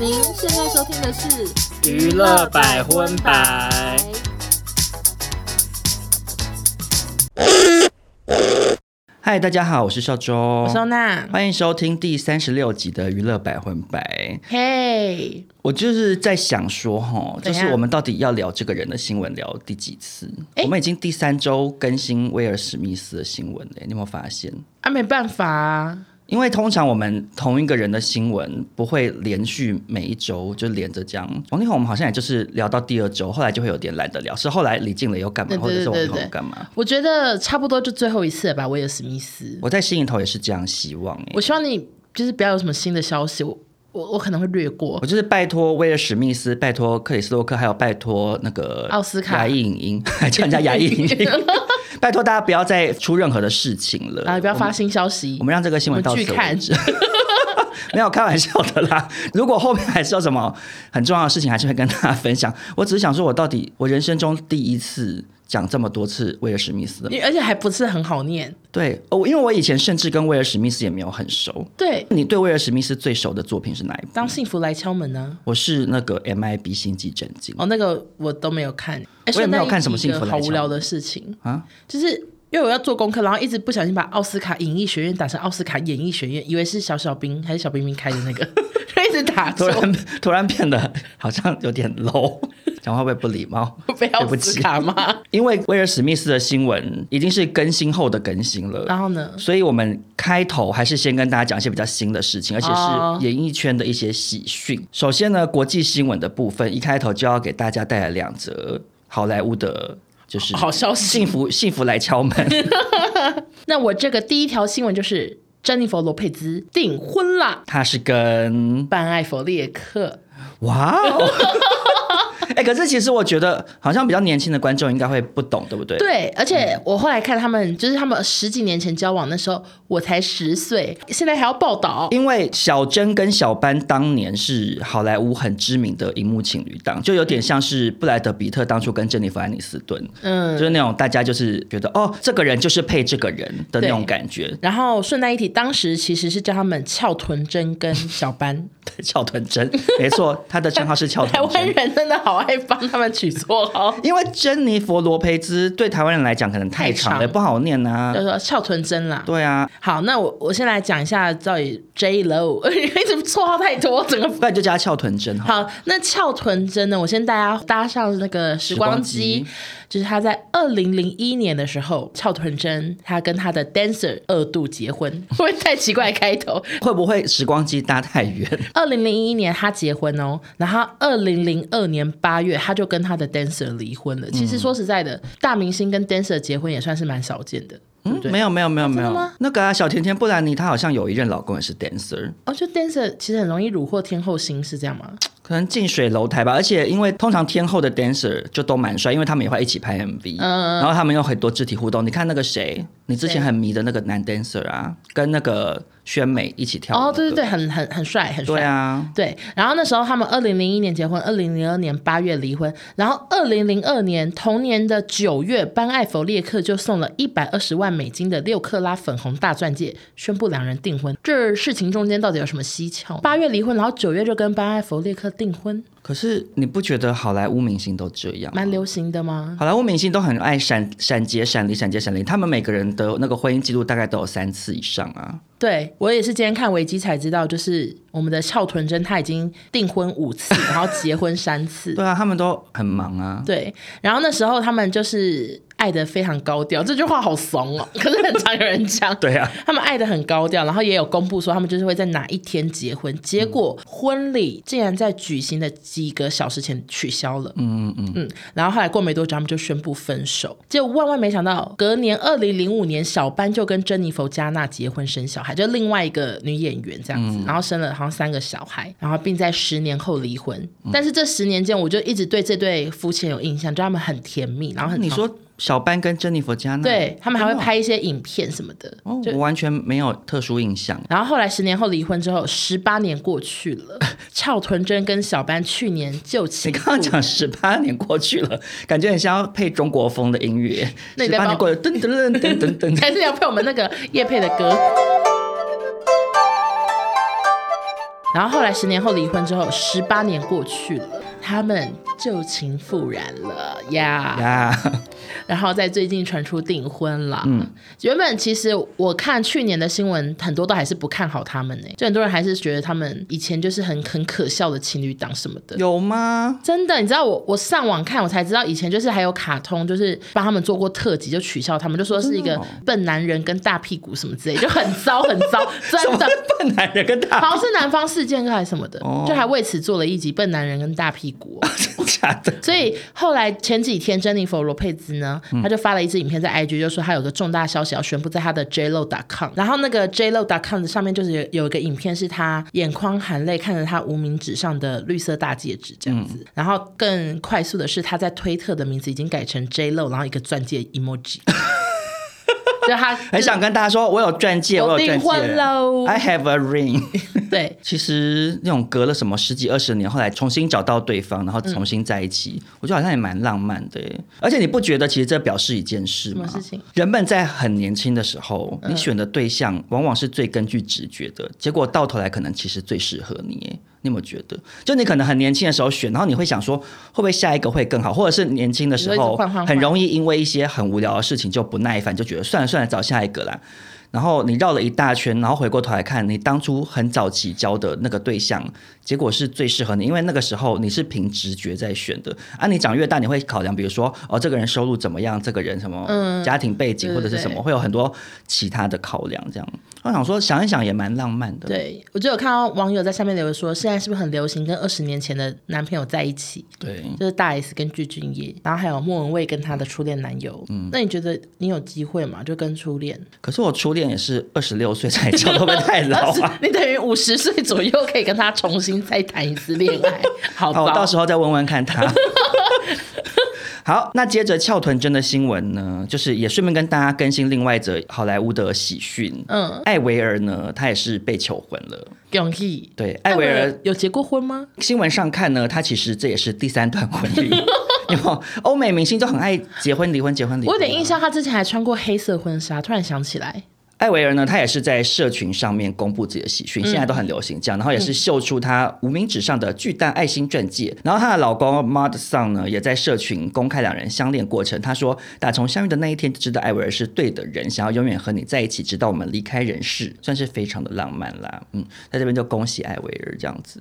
您现在收听的是《娱乐百分百》。嗨，大家好，我是邵周，我收纳，欢迎收听第三十六集的娱乐百分百。嘿，我就是在想说，哈，就怎是样我们到底要聊这个人的新闻聊第几次？诶我们已经第三周更新威尔史密斯的新闻了，你有没有发现？啊，没办法啊，因为通常我们同一个人的新闻不会连续每一周就连着这样。王力宏我们好像也就是聊到第二周，后来就会有点懒得聊，是后来李静蕾又干嘛，对对或者是王力对对宏对干嘛？我觉得差不多就最后一次了吧，威尔史密斯。我在心里头也是这样希望、欸，我希望你就是不要有什么新的消息，我我我可能会略过我。哦就是拜托威尔史密斯，拜托克里斯洛克，还有拜托那个奥斯卡牙医影音，还叫人家牙医影 音，拜托大家不要再出任何的事情了啊，不要我发们新消息我。们让这个新闻到此我们为止。 没有开玩笑的啦，如果后面还是有什么很重要的事情，还是会跟大家分享。我只是想说，我到底我人生中第一次讲这么多次威尔史密斯的， 你而且还不是很好念，对，哦，因为我以前甚至跟威尔史密斯也没有很熟。对，你对威尔史密斯最熟的作品是哪一部？当幸福来敲门呢、我是那个 MIB 星际战警。哦，那个我都没有看，诶我也没有顺带看什么一提一幸个福来好敲无聊的事情啊，就是因为我要做功课，然后一直不小心把奥斯卡影艺学院打成奥斯卡演艺学院，以为是小小兵还是小冰冰开的那个， 就一直打 突错，然突然变得好像有点 low，讲 话会不会不礼貌？被奥对不斯起卡骂。因为威尔史密斯的新闻已经是更新后的更新了。 然后呢，所以，我们开头还是先跟大家讲一些比较新的事情，而且哦是演艺圈的一些喜讯。首先呢，国际新闻的部分，一开头就要给大家带来两则好莱坞的，就是哦好消息幸福幸福来 敲门。那我这个第一条新闻就是詹妮弗·罗佩兹订婚啦，他是跟办艾弗列克。哇 哦！哎、可是其实我觉得，好像比较年轻的观众应该会不懂，对不对？对，而且我后来看他们，就是他们十几年前交往，那时候我才十岁，现在还要报道。因为小珍跟小班当年是好莱坞很知名的荧幕情侣档，就有点像是布莱德比特当初跟珍妮弗安妮斯顿，嗯，就是那种大家就是觉得哦，这个人就是配这个人的那种对感觉， 然后顺带一提，当时其实是叫他们翘臀针跟小 班， 翘臀真，没错，他的称号是翘台臀湾真。人真的好爱帮他们取绰 号，因为珍妮佛罗培兹对台湾人来讲可能太太长长了，也不好念啊叫。做翘臀针啦。对啊，好，那我我先来讲一下到底 J Lo，一 直绰号太多，整个不然就叫他翘臀真 好。好，那翘臀针呢？我先带大家搭上那个时光机，时光机就是他在二零零一年的时候，翘臀针他跟他的 dancer 二度结婚，会不会太奇怪开 头？会不会时光机搭太 远？二零零一年他结婚哦，然后二零零二年八月他就跟他的 dancer 离婚了。其实说实在的，大明星跟 dancer 结婚也算是蛮少见的。嗯，没有没有没有没哦真的有吗。那个啊，小甜甜布兰妮她好像有一任老公也是 dancer。哦，就 dancer 其实很容易虏获天后心，是这样吗？可能近水楼台吧，而且因为通常天后的 dancer 就都蛮帅，因为他们也会一起拍 MV，、然后他们有很多肢体互动。你看那个谁，你之前很迷的那个男 dancer 啊，跟那个宣美一起跳舞那个、哦，对对对，很很很帅，很帅。对啊，对，然后那时候他们二零零一年结婚，二零零二年八月离婚，然后二零零二年同年的九月，班艾弗列克就送了一百二十万美金的六克拉粉红大钻戒，宣布两人订婚。这事情中间到底有什么蹊跷？八月离婚，然后九月就跟班艾弗列克订婚，可是你不觉得好莱坞明星都这样吗？蛮流行的吗？好莱坞明星都很爱闪闪结、闪离、闪结、闪离，他们每个人的那个婚姻记录大概都有三次以上啊。对我也是今天看维基才知道，就是我们的翘臀真他已经订婚五次，然后结婚三次。对啊，他们都很忙啊。对，然后那时候他们就是爱的非常高调，这句话好怂哦，可是很常有人讲。对啊， 他们爱的很高调，然后也有公布说他们就是会在哪一天结婚，结果婚礼竟然在举行的几个小时前取消了。嗯嗯嗯。然后后来过没多久，他们就宣布分手。结果万万没想到，隔年二零零五年，小班就跟珍妮弗·加纳结婚生小孩，就另外一个女演员这样子，然后生了好像三个小孩，然后并在十年后离婚。但是这十年间，我就一直对这对夫妻很有印象，就他们很甜蜜，然后很你常说小班跟珍妮佛加纳，对他们还会拍一些影片什么的，哦，就我完全没有特殊印象。然后后来十年后离婚之后，十八年过 去了，翘臀真跟小班去年就你情刚刚复讲十八年过去了，感觉很像要配中国风的音乐。那十你再八帮年过了，噔噔噔噔噔 噔。 还是要配我们那个叶配的歌。然后后来十年后离婚之后，十八年过去了，他们旧情复燃了呀。呀，然后在最近传出订婚了。嗯，原本其实我看去年的新闻，很多都还是不看好他们呢、就很多人还是觉得他们以前就是很很可笑的情侣档什么的。有吗？真的，你知道我我上网看，我才知道以前就是还有卡通，就是帮他们做过特辑，就取笑他们，就说是一个笨男人跟大屁股什么之类，就很糟很糟，什真么 的。笨男人跟大好像是南方事件还是什么的，就还为此做了一集《笨男人跟大屁股哦、真假的？所以后来前几天，珍妮佛罗佩兹呢，嗯她就发了一支影片在 IG，就说她有个重大消息要宣布在她的 JLo.com。然后那个 JLo.com 上面就是有有一个影片，是她眼眶含泪看着她无名指上的绿色大戒指这样嗯子。然后更快速的是，她在推特的名字已经改成 JLo，然后一个钻戒 emoji。就她很想跟大家说，我有钻戒，我我有钻订婚戒喽，I have a ring。对。其实那种隔了什么十几二十年，后来重新找到对方，然后重新在一起，我觉得好像也蛮浪漫的耶。而且你不觉得其实这表示一件事吗？什么事情嗯人们在很年轻的时候，你选的对象往往是最根据直觉的，结果到头来可能其实最适合你耶。你有没有觉得？就你可能很年轻的时候选，然后你会想说，会不会下一个会更好？或者是年轻的时你会一候直换换换很容易因为一些很无聊的事情就不耐烦，就觉得算了算了，找下一个啦。然后你绕了一大圈，然后回过头来看，你当初很早期交的那个对象，结果是最适合你，因为那个时候你是凭直觉在选的。啊，你长越大，你会考量，比如说哦，这个人收入怎么样，这个人什么家庭背景对或者是什嗯对么，会有很多其他的考量。这样，我想说想一想也蛮浪漫的。对，我就有看到网友在下面留言说，现在是不是很流行跟二十年前的男朋友在一起？对，就是大 S 跟具俊晔，然后还有莫文蔚跟她的初恋男友。嗯那你觉得你有机会吗？就跟初恋，可是我初恋也是二十六岁才交，会不会太 老啊？你等于五十岁左右可以跟他重新再谈一次恋爱，好好，我吧哦到？时候再问问看 他。好，那接着翘臀真的新闻呢，就是也顺便跟大家更新另外一则好莱坞的喜讯。嗯，艾维尔呢，他也是被求婚了。勇气。对，艾维尔有结过婚吗？新闻上看呢，他其实这也是第三段婚 姻。然后欧美明星都很爱结婚、离婚、结啊婚、离婚。我有点印。象，他之前还穿过黑色婚纱。突然想起来，艾维尔呢，他也是在社群上面公布自己的喜讯，现在都很流行这样，然后也是秀出他无名指上的巨大爱心钻戒。然后她的老公 Mad Song 呢，也在社群公开两人相恋过程。他说，打从相遇的那一天就知道艾维尔是对的人，想要永远和你在一起，直到我们离开人世，算是非常的浪漫啦。嗯，在这边就恭喜艾维尔这样子。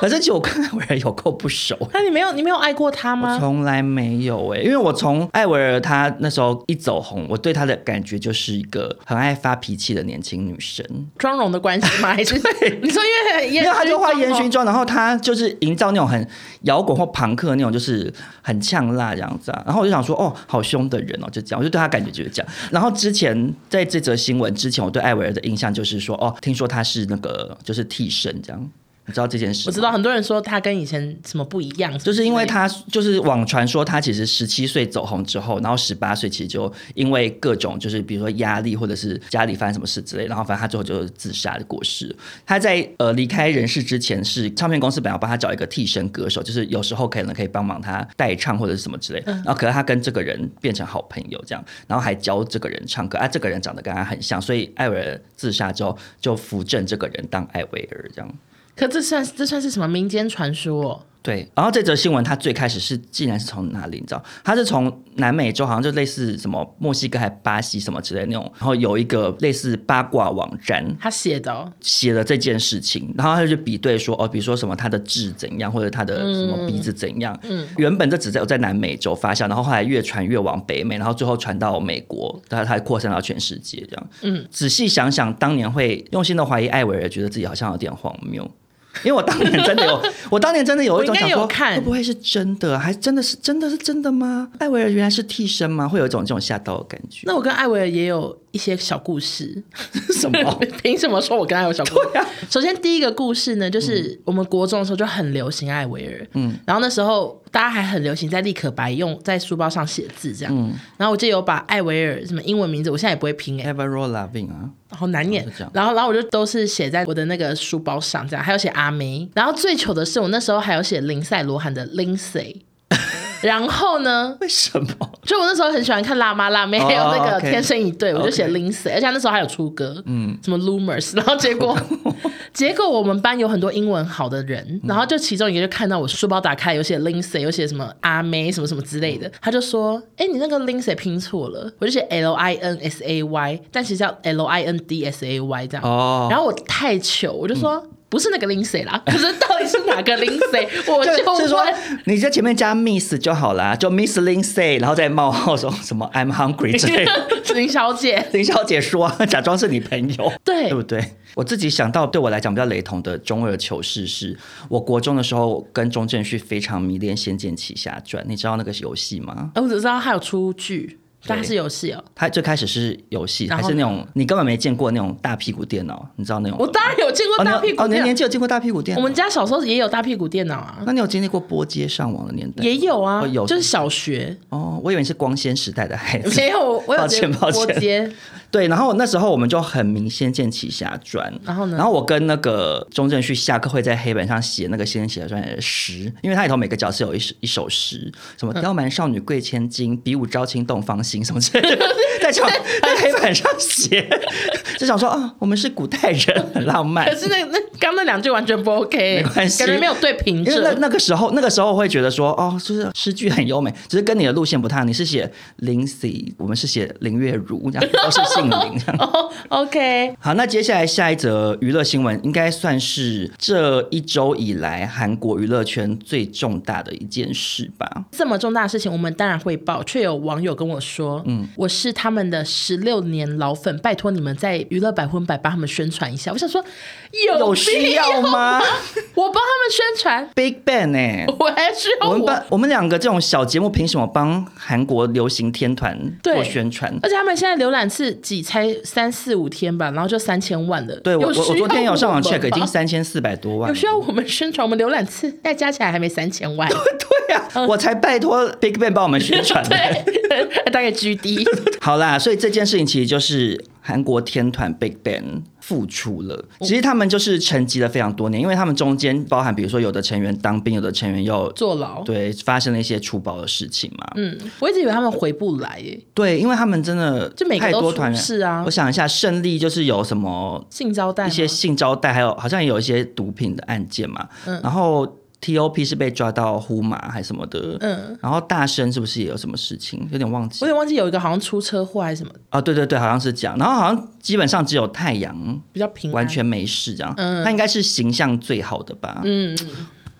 可是其实我跟艾维尔有够不熟。那、你没有你没有爱过他我吗？从来没有哎、因为我从艾维尔她那时候一走红，我对她的感觉就是一个很爱发脾气的年轻女生，妆容的关系 吗？还是你说因为因烟为她就化熏烟妆熏吗妆，然后她就是营造那种很摇滚或朋克那种，就是很呛辣这样子啊。然后我就想说，哦，好凶的人哦，就这样，我就对她感觉就是这样。然后之前在这则新闻之前，我对艾维尔的印象就是说，哦，听说她是那个就是替身这样，你知道这件事吗？我知道很多人说他跟以前什么不一样，就是因为他就是网传说他其实十七岁走红之后，然后十八岁其实就因为各种就是比如说压力或者是家里发生什么事之类，然后反正他最后就是自杀的过世。他在呃离开人世之前是唱片公司本来要帮他找一个替身歌手，就是有时候可能可以帮忙他代唱或者是什么之类，然后可是他跟这个人变成好朋友这样，然后还教这个人唱歌啊，这个人长得跟他很像，所以艾维尔自杀之后就扶正这个人当艾维尔这样。可这算这算是什么民间传说、哦？对，然后这则新闻它最开始是，竟然是从哪里？你知道，它是从南美洲，好像就类似什么墨西哥还巴西什么之类的那种，然后有一个类似八卦网站他写的、哦，写了这件事情，然后他就比对说，哦，比如说什么他的痣怎样，或者他的什么鼻子怎样。嗯，原本这只在有在南美洲发酵，然后后来越传越往北美，然后最后传到美国，然后它扩散到全世界这样。嗯，仔细想想，当年会用心的怀疑艾维尔，觉得自己好像有点荒谬。因为我当年真的 有，我当年真的有一种我应想该有说，看会不会是真的？还真的是真的是真的吗？艾维尔原来是替身吗？会有一种这种吓到的感觉。那我跟艾维尔也有一些小故事。 什么？ 凭什么说我跟他有小 故事？首先第一个故事呢，就是我们国中的时候就很流行艾维尔，嗯，然后那时候大家还很流行在立可白用在书包上写字这样，然后我记得有把艾维尔什么英文名字，我现在也不会拼哎、 e v e r o l a v i n 啊，好难念哦是这样。然后，然后我就都是写在我的那个书包上， 这样还有写阿梅。然后最糗的是，我那时候还有写林赛罗韩的 Lindsay。然后呢，为什么？就我那时候很喜欢看辣妈辣妹，还有哦那个 OK 天生一对，我就写 OK Lindsay，而且她那时候还有出歌，嗯，什么 Lumers，然后 结果结果我们班有很多英文好的人，嗯然后就其中一个就看到我书包打开有写 Lindsay，有写什么阿妹什么什么之类嗯的，他就说，哎，你那个 Lindsay 拼错了，我就写 L I N S A Y，但其实叫 L I N D S A Y 这样，哦嗯然后我太糗，我就说。不是那个 Lindsay 啦，可是到底是哪个 Lindsay？我就就是说问，你在前面加 Miss 就好啦，就 Miss Lindsay，然后再冒号说 什么 I'm hungry 之类 的。林小姐，林小姐说，啊 假装是你朋友，对对不对？我自己想到对我来讲比较雷同的中二糗事是，我国中的时候跟钟正旭非常迷恋《仙剑奇侠传》，你知道那个游戏吗？哎，我只知道他有出剧，但对他是游戏哦。它最开始是游戏，然还后是那种你根本没见过那种大屁股电脑，你知道那种？我当然有见过大屁哦，你股有哦你电年脑，纪有见过大屁股电我脑？们家小时候也有大屁股电脑啊，那你有经历过拨接上网的年代？也有啊哦，有就是 小学哦，我以为你是光纤时代的孩子。没有，我有抱歉抱歉歉，对，然后那时候我们就很迷《仙剑奇侠传》，然后呢然后我跟那个钟正旭下课会在黑板上写那个《仙剑奇侠传》的诗，因为它里头每个角色有一首一首诗，什嗯么“刁蛮少女贵千金，比武招亲动芳心”什么之类的，在墙 在黑板上写，就想说啊，我们是古代人，很浪漫可。是那那刚那两句完全不 OK，没关系感觉没有对平因为那者。那个时候，那个时候会觉得说，哦，就是诗句很优美，只是跟你的路线不太。你是写林 y 我们是写林月如，这样都是姓林这样。哦，OK，好，那接下来下一则娱乐新闻，应该算是这一周以来韩国娱乐圈最重大的一件事吧？这么重大的事情，我们当然会报。却有网友跟我说：“嗯，我是他们的十六年老粉，拜托你们在娱乐百分百帮他们宣传一下。”我想说，有有需要必吗我帮他们宣传， ？Big Bang 哎、我还需要我们我班我们两个这种小节目，凭什么帮韩国流行天团对做宣传？而且他们现在浏览次几才三四五天吧，然后就三千万了。对我有需要我我昨天有上网我们 check，已经吗三千四百多万了。有需要我们宣传，我们浏览次再加起来还没三千 万。对呀、我才拜托 Big Bang 帮我们宣传的。嗯 对，大概 GD。好啦，所以这件事情其实就是韩国天团 Big Bang 复出了。其实他们就是沉寂了非常多年，因为他们中间包含比如说有的成员当兵，有的成员又坐牢。对发生了一些出包的事情嘛。嗯，我一直以为他们回不来耶，对，因为他们真的就每个太都多出团员。事啊我，想一下，胜利就是有什么性招待一吗些性招待，还有好像也有一些毒品的案件嘛。嗯然后 T.O.P 是被抓到呼马还是什么的。嗯。然后大生是不是也有什么事情？有点忘记我有点忘记有一个好像出车祸还是什么，啊、对对对，好像是这样。然后好像基本上只有太阳比较平安完全没事这样。嗯他应该是形象最好的吧？嗯，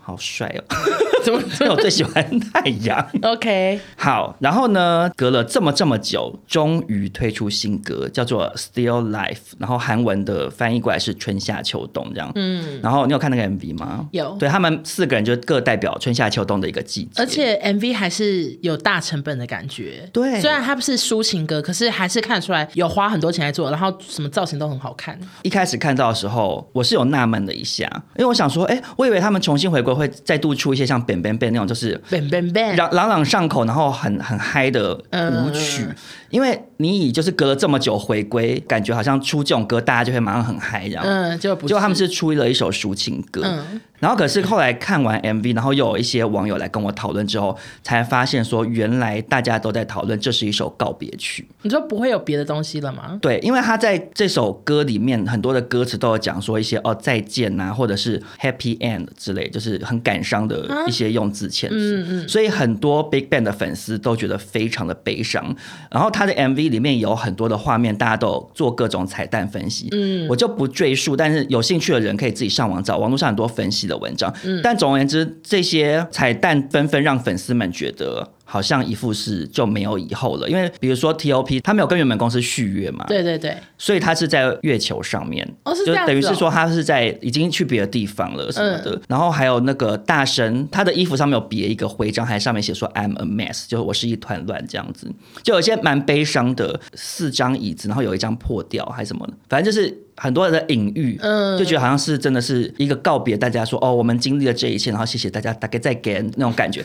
好帅哦， 怎么 因为我最喜欢太阳。嗯 OK？好，然后呢，隔了这么这么久，终于推出新歌，叫做《Still Life》，然后韩文的翻译过来是春夏秋冬这样。嗯，然后你有看那个 MV 吗？有对他们四个人就各代表春夏秋冬的一个季节。而且 MV 还是有大成本的感觉，对虽然它不是抒情歌，可是还是看得出来有花很多钱来做，然后什么造型都很好看。一开始看到的时候，我是有纳闷了一下，因为我想说，哎、我以为他们重新回归会再度出一些像《Ben Ben Ben》那种，就是 bang bang bang，朗朗朗上口，然后很很嗨的嗯舞曲。因为你以就是隔了这么久回归，感觉好像出这种歌，大家就会马上很嗨这样。嗯，就不结果他们是是出了一首抒情歌，嗯然后可是后来看完 MV，然后又有一些网友来跟我讨论之后，才发现说原来大家都在讨论这是一首告别曲。你说不会有别的东西了吗？对，因为他在这首歌里面很多的歌词都有讲说一些哦再见啊，或者是 happy end 之类，就是很感伤的一些用字遣词。所以很多 Big Bang 的粉丝都觉得非常的悲伤。然后他的 MV 里面有很多的画面，大家都有做各种彩蛋分析。嗯，我就不赘述，但是有兴趣的人可以自己上网找，网络上很多分析的文章。但总而言之，这些彩蛋纷纷让粉丝们觉得。好像一副是就没有以后了，因为比如说 T.O.P 他没有跟原本公司续约嘛，对对对，所以他是在月球上面，哦是就这样子哦嗯等于是说他是在已经去别的地方了什么的。然后还有那个大神，他的衣服上面有别一个徽章，还上面写说 I'm a mess，就是我是一团乱这样子。就有一些蛮悲伤的，四张椅子，然后有一张破掉还是什么的，反正就是。很多人的隐喻，嗯就觉得好像是真的是一个告别，大家说哦，我们经历了这一切，然后谢谢大家，大概再见那种感觉。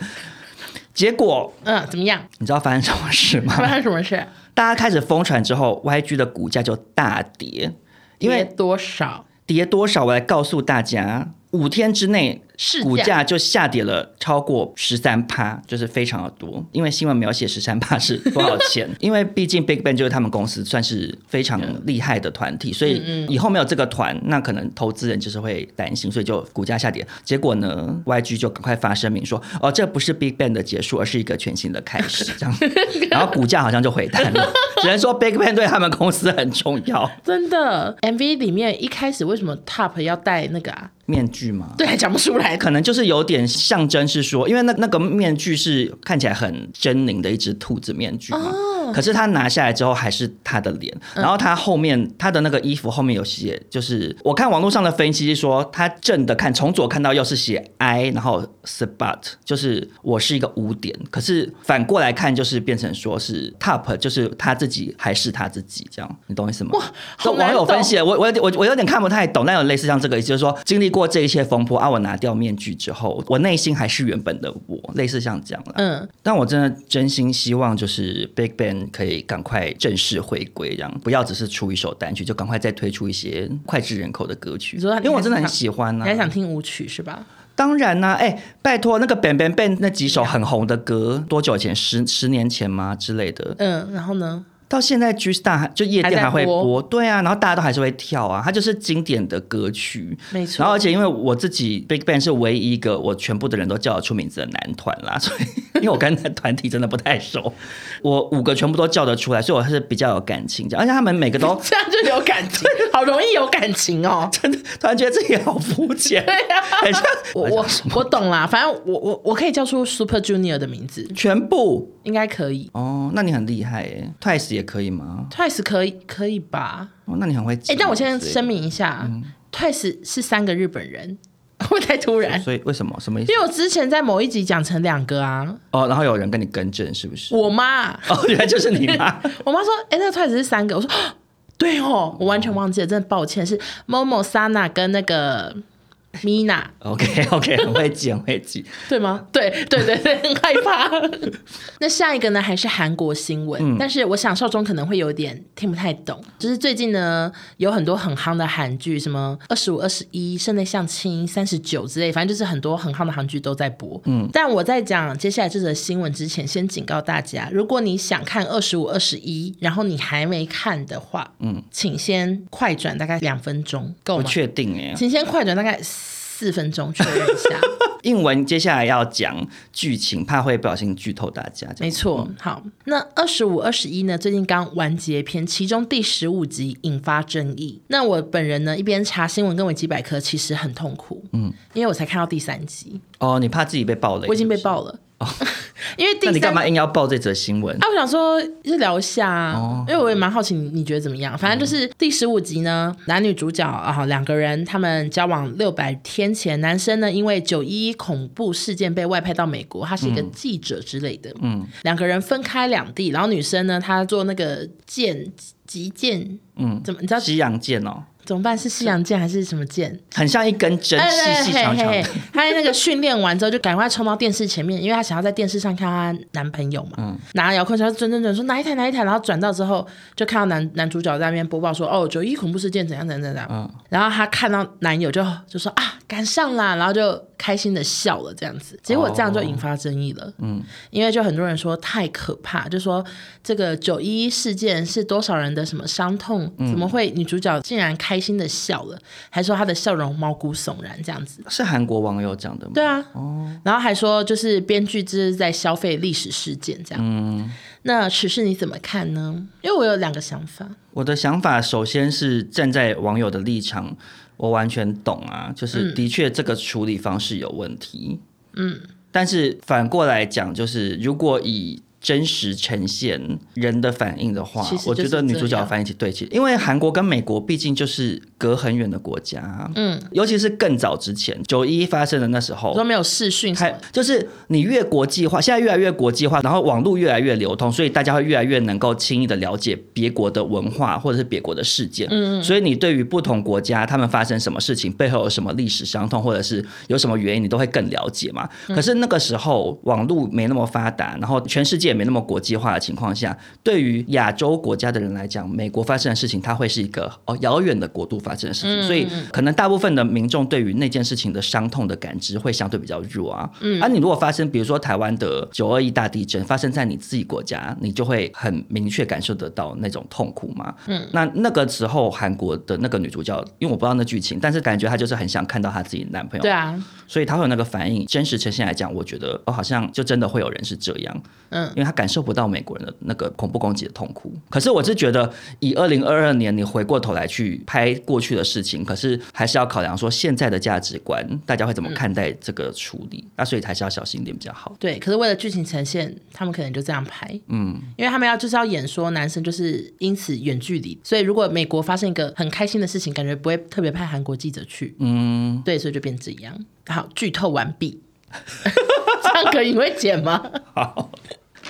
结果嗯，怎么样？你知道发生什么事吗？发生什么事？啊大家开始疯传之后，YG 的股价就大 跌，因跌为多少？跌多少？我来告诉大家，五天之内市股价价就下跌了超过十三趴，就是非常的多。因为新闻描写十三趴是多少 钱？因为毕竟 Big Bang 就是他们公司算是非常厉害的团体，所嗯以以后没有这个团，那可能投资人就是会担心，所以就股价下跌。结果呢，YG 就赶快发声明说：“哦，这不是 Big Bang 的结束，而是一个全新的开 始。”这样，然后股价好像就回弹了。只能说 Big Bang 对他们公司很重要。真的 MV 里面一开始为什么 Top 要戴那个啊？面具吗？对，还讲不出来。可能就是有点象征，是说，因为那那个面具是看起来很狰狞的一只兔子面具嘛。可是他拿下来之后还是他的脸，然后他后面、他的那个衣服后面有写，就是我看网络上的分析是说，他正的看从左看到右是写 I，然后 spot 就是我是一个污点，可是反过来看就是变成说是 top，就是他自己还是他自己这样，你懂我意思吗？哇，好难网友分懂析，我我有点我我有点看不太懂，但有类似像这个意思，就是说经历过这一切风波啊，我拿掉面具之后，我内心还是原本的我，类似像这样啦。嗯，但我真的真心希望，就是 Big Bang 可以赶快正式回归，这样不要只是出一首单曲，就赶快再推出一些脍炙人口的歌曲。你说因为我真的很你还想喜欢你呐、还想听舞曲是吧？当然啦、哎、拜托那个 Bang Bang Bang 那几首很红的歌，多久以前？十十年前吗之类的？嗯，然后呢？到现在 G Star 就夜店还会还在播，对啊，然后大家都还是会跳啊，它就是经典的歌曲。没错然后而且因为我自己 Big Bang 是唯一一个我全部的人都叫得出名字的男团啦， 所以因为我跟那团体真的不太熟，我五个全部都叫得出来，所以我还是比较有感情 这样，而且他们每个 都这样就有感情， 好容易有感情哦。突然觉得自己好肤浅，对啊呀、很像我我我懂啦，反正我我我可以叫出 Super Junior 的名字，全部应该可以。哦，那你很厉害耶，Twice 也可以吗？ Twice 可以可以吧？哦，那你很会。哎、但我现在声，明一下、t w i c e 是三个日本人， 会不会太突然？所以为什么什么意思因？为我之前在某一集讲成两个啊，哦，然后有人跟你更正是不是？我妈，哦，原来就是你妈。我妈说，哎、那个 Twice 是三个，我说。啊对哦，我完全忘记了，真的抱歉。是 Momo、Sana 跟那个 Mina， OK OK，很会记，很会记。对吗？对对对对，很害怕。 那下一个呢，还是韩国新闻，但是我想少中可能会有点听不太懂。就是最近呢，有很多很夯的韩剧，什么二十五、二十一、室内相亲、三十九之类，反正就是很多很夯的韩剧都在播。嗯，但我在讲接下来这则新闻之前，先警告大家，如果你想看二十五、二十一，然后你还没看的话，嗯，请先快转大概两分钟，够不吗？确定哎，请先快转大概四分钟确认一下。英文接下来要讲剧情，怕会不小心剧透大家。这没样错，好，那二十五、二十一呢？最近刚完结篇，其中第十五集引发争议。那我本人呢，一边查新闻跟维基百科，其实很痛苦，嗯，因为我才看到第三集，哦，你怕自己被爆雷？我已经被是不是。爆了， 因为哦那第你干三嘛硬要爆这则新闻？啊，我想说就聊一下啊，因为我也蛮好奇你你觉得怎么样。反正就是第十五集呢，男女主角啊两个人他们交往六百天前，男生呢因为九一一恐怖事件被外派到美国，他是一个记者之类的，嗯，两个人分开两地，然后女生呢她做那个剑击剑，嗯，怎么你知道西洋剑哦，怎么办是西洋剑还是什么剑？很像一根针，哎细细长长嘿的嘿。嘿他那个训练完之后，就赶快冲到电视前面，因为他想要在电视上看她男朋友嘛。嗯拿遥控器，他转转转，说哪一台哪一台，然后转到之后，就看到男男主角在那边播报说，哦，九一恐怖事件怎样怎样怎样。嗯然后她看到男友就就说啊，赶上啦，然后就开心的笑了这样子。结果这样就引发争议哦了。嗯，因为就很多人说太可怕，就说这个九一一事件是多少人的什么伤痛，嗯怎么会女主角竟然开心的笑了，还说她的笑容毛骨悚然这样子。是韩国网友讲的吗？对啊，然后还说就是编剧这是在消费历史事件这样。那此事你怎么看呢？因为我有两个想法，我的想法首先是站在网友的立场，我完全懂啊，嗯就是的确这个处理方式有问题。嗯，但是反过来讲，就是如果以真实呈现人的反应的话其实，我就觉是得女主这角样反应其实对其实，因为韩国跟美国毕竟就是隔很远的国家，嗯，尤其是更早之前九一发生的那时候我，说没有视讯什还么，就是你越国际化，现在越来越国际化，然后网络越来越流通，所以大家会越来越能够轻易的了解别国的文化或者是别国的事件。嗯，所以你对于不同国家他们发生什么事情，背后有什么历史伤痛，或者是嗯有什么原因，你都会更了解嘛。可是那个时候网络没那么发达，然后全世界也也没那么国际化的情况下，对于亚洲国家的人来讲，美国发生的事情，它会是一个哦遥远的国度发生的事情，所以可能大部分的民众对于那件事情的伤痛的感知会相对比较弱啊。嗯，而、你如果发生，比如说台湾的九二一大地震发生在你自己国家，你就会很明确感受得到那种痛苦嘛。嗯，那那个时候韩国的那个女主角，因为我不知道那剧情，但是感觉她就是很想看到她自己男朋友对啊，所以他会有那个反应。真实呈现来讲，我觉得哦，好像就真的会有人是这样，嗯嗯，因为他感受不到美国人的那个恐怖攻击的痛苦。可是我是觉得，以二零二二年你回过头来去拍过去的事情，可是还是要考量说现在的价值观，大家会嗯怎么看待这个处理，那所以还是要小心一点比较好。对，可是为了剧情呈现，他们可能就这样拍，嗯，因为他们要就是要演说男生就是因此远距离，所以如果美国发生一个很开心的事情，感觉不会特别派韩国记者去，嗯，对，所以就变这样。好，剧透完毕， 这样可以你会剪吗？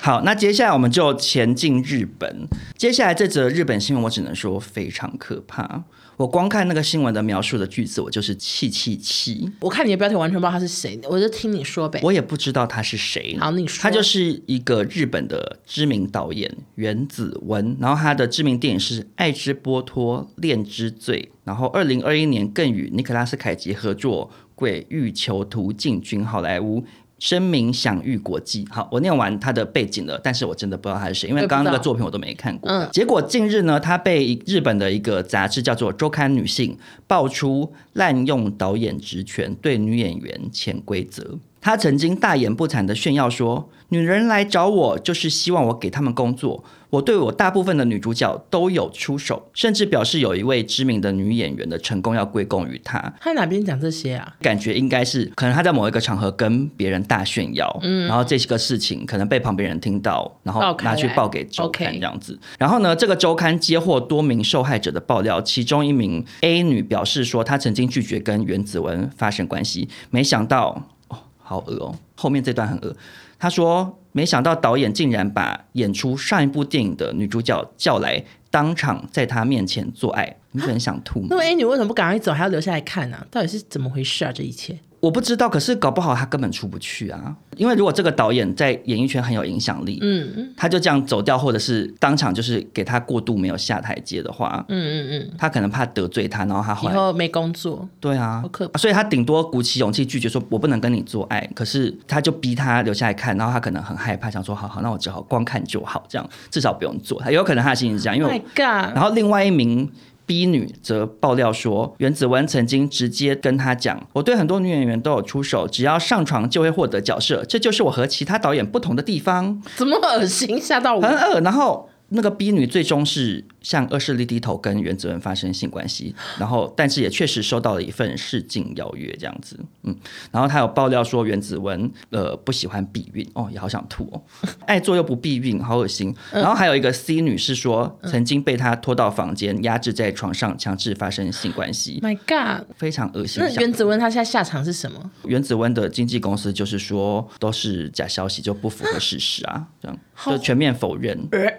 好，那接下来我们就前进日本。接下来这则日本新闻，我只能说非常可怕。我光看那个新闻的描述的句子，我就是气气气。我看你的标题完全不知道他是谁，我就听你说呗。我也不知道他是谁。好你说他就是一个日本的知名导演原子文，然后他的知名电影是《爱之波托恋之罪》，然后二零二一年更与尼克拉斯凯奇合作《鬼域囚徒》进军好莱坞。声明享誉国际。好，我念完他的背景了，但是我真的不知道他是谁，因为我也不知道刚刚那个作品我都没看过。嗯结果近日呢，他被日本的一个杂志叫做《周刊女性》爆出滥用导演职权对女演员潜规则。他曾经大言不惭地炫耀说：“女人来找我就是希望我给他们工作，我对我大部分的女主角都有出手，甚至表示有一位知名的女演员的成功要归功于他。”他在哪边讲这些啊？感觉应该是可能他在某一个场合跟别人大炫耀，然后这些个事情可能被旁边人听到，然后嗯爆开来拿去报给周刊 OK 这样子。然后呢，这个周刊接获多名受害者的爆料，其中一名 A 女表示说，她曾经拒绝跟原子文发生关系，没想到哦，好恶哦，后面这段很恶。她说，没想到导演竟然把演出上一部电影的女主角叫来，当场在她面前做爱，你不是很想吐吗 那？么 A 女为什么不赶快走，还要留下来看呢、啊？到底是怎么回事啊？这一切我不知道，可是搞不好他根本出不去啊。因为如果这个导演在演艺圈很有影响力，嗯，他就这样走掉，或者是当场就是给他过度没有下台阶的话，嗯嗯嗯，他可能怕得罪他，然后他后以来后没工作，对啊 好可，所以他顶多鼓起勇气拒绝说我不能跟你做爱，可是他就逼他留下来看，然后他可能很害怕，想说好好，那我只好光看就好，这样至少不用做。也有可能他的心里是这样，因为 My 我 God，然后另外一名 B 女则爆料说，原子文曾经直接跟她讲：“我对很多女演员都有出手，只要上床就会获得角色，这就是我和其他导演不同的地方。怎么恶心，吓到”很我。恶。然后那个 B 女最终是向恶势力低头，跟原子文发生性关系，然后但是也确实收到了一份试镜邀约，这样子。嗯，然后她有爆料说，原子文呃不喜欢避孕，哦也好想吐哦。 爱做又不避孕，好恶心。嗯然后还有一个 C 女是说，曾经被他拖到房间，压制在床上，强制发生性关系， My God，非常恶心那。想原子温他现在下场是什么？原子温的经纪公司就是说都是假消息，就不符合事实啊，这样就全面否认。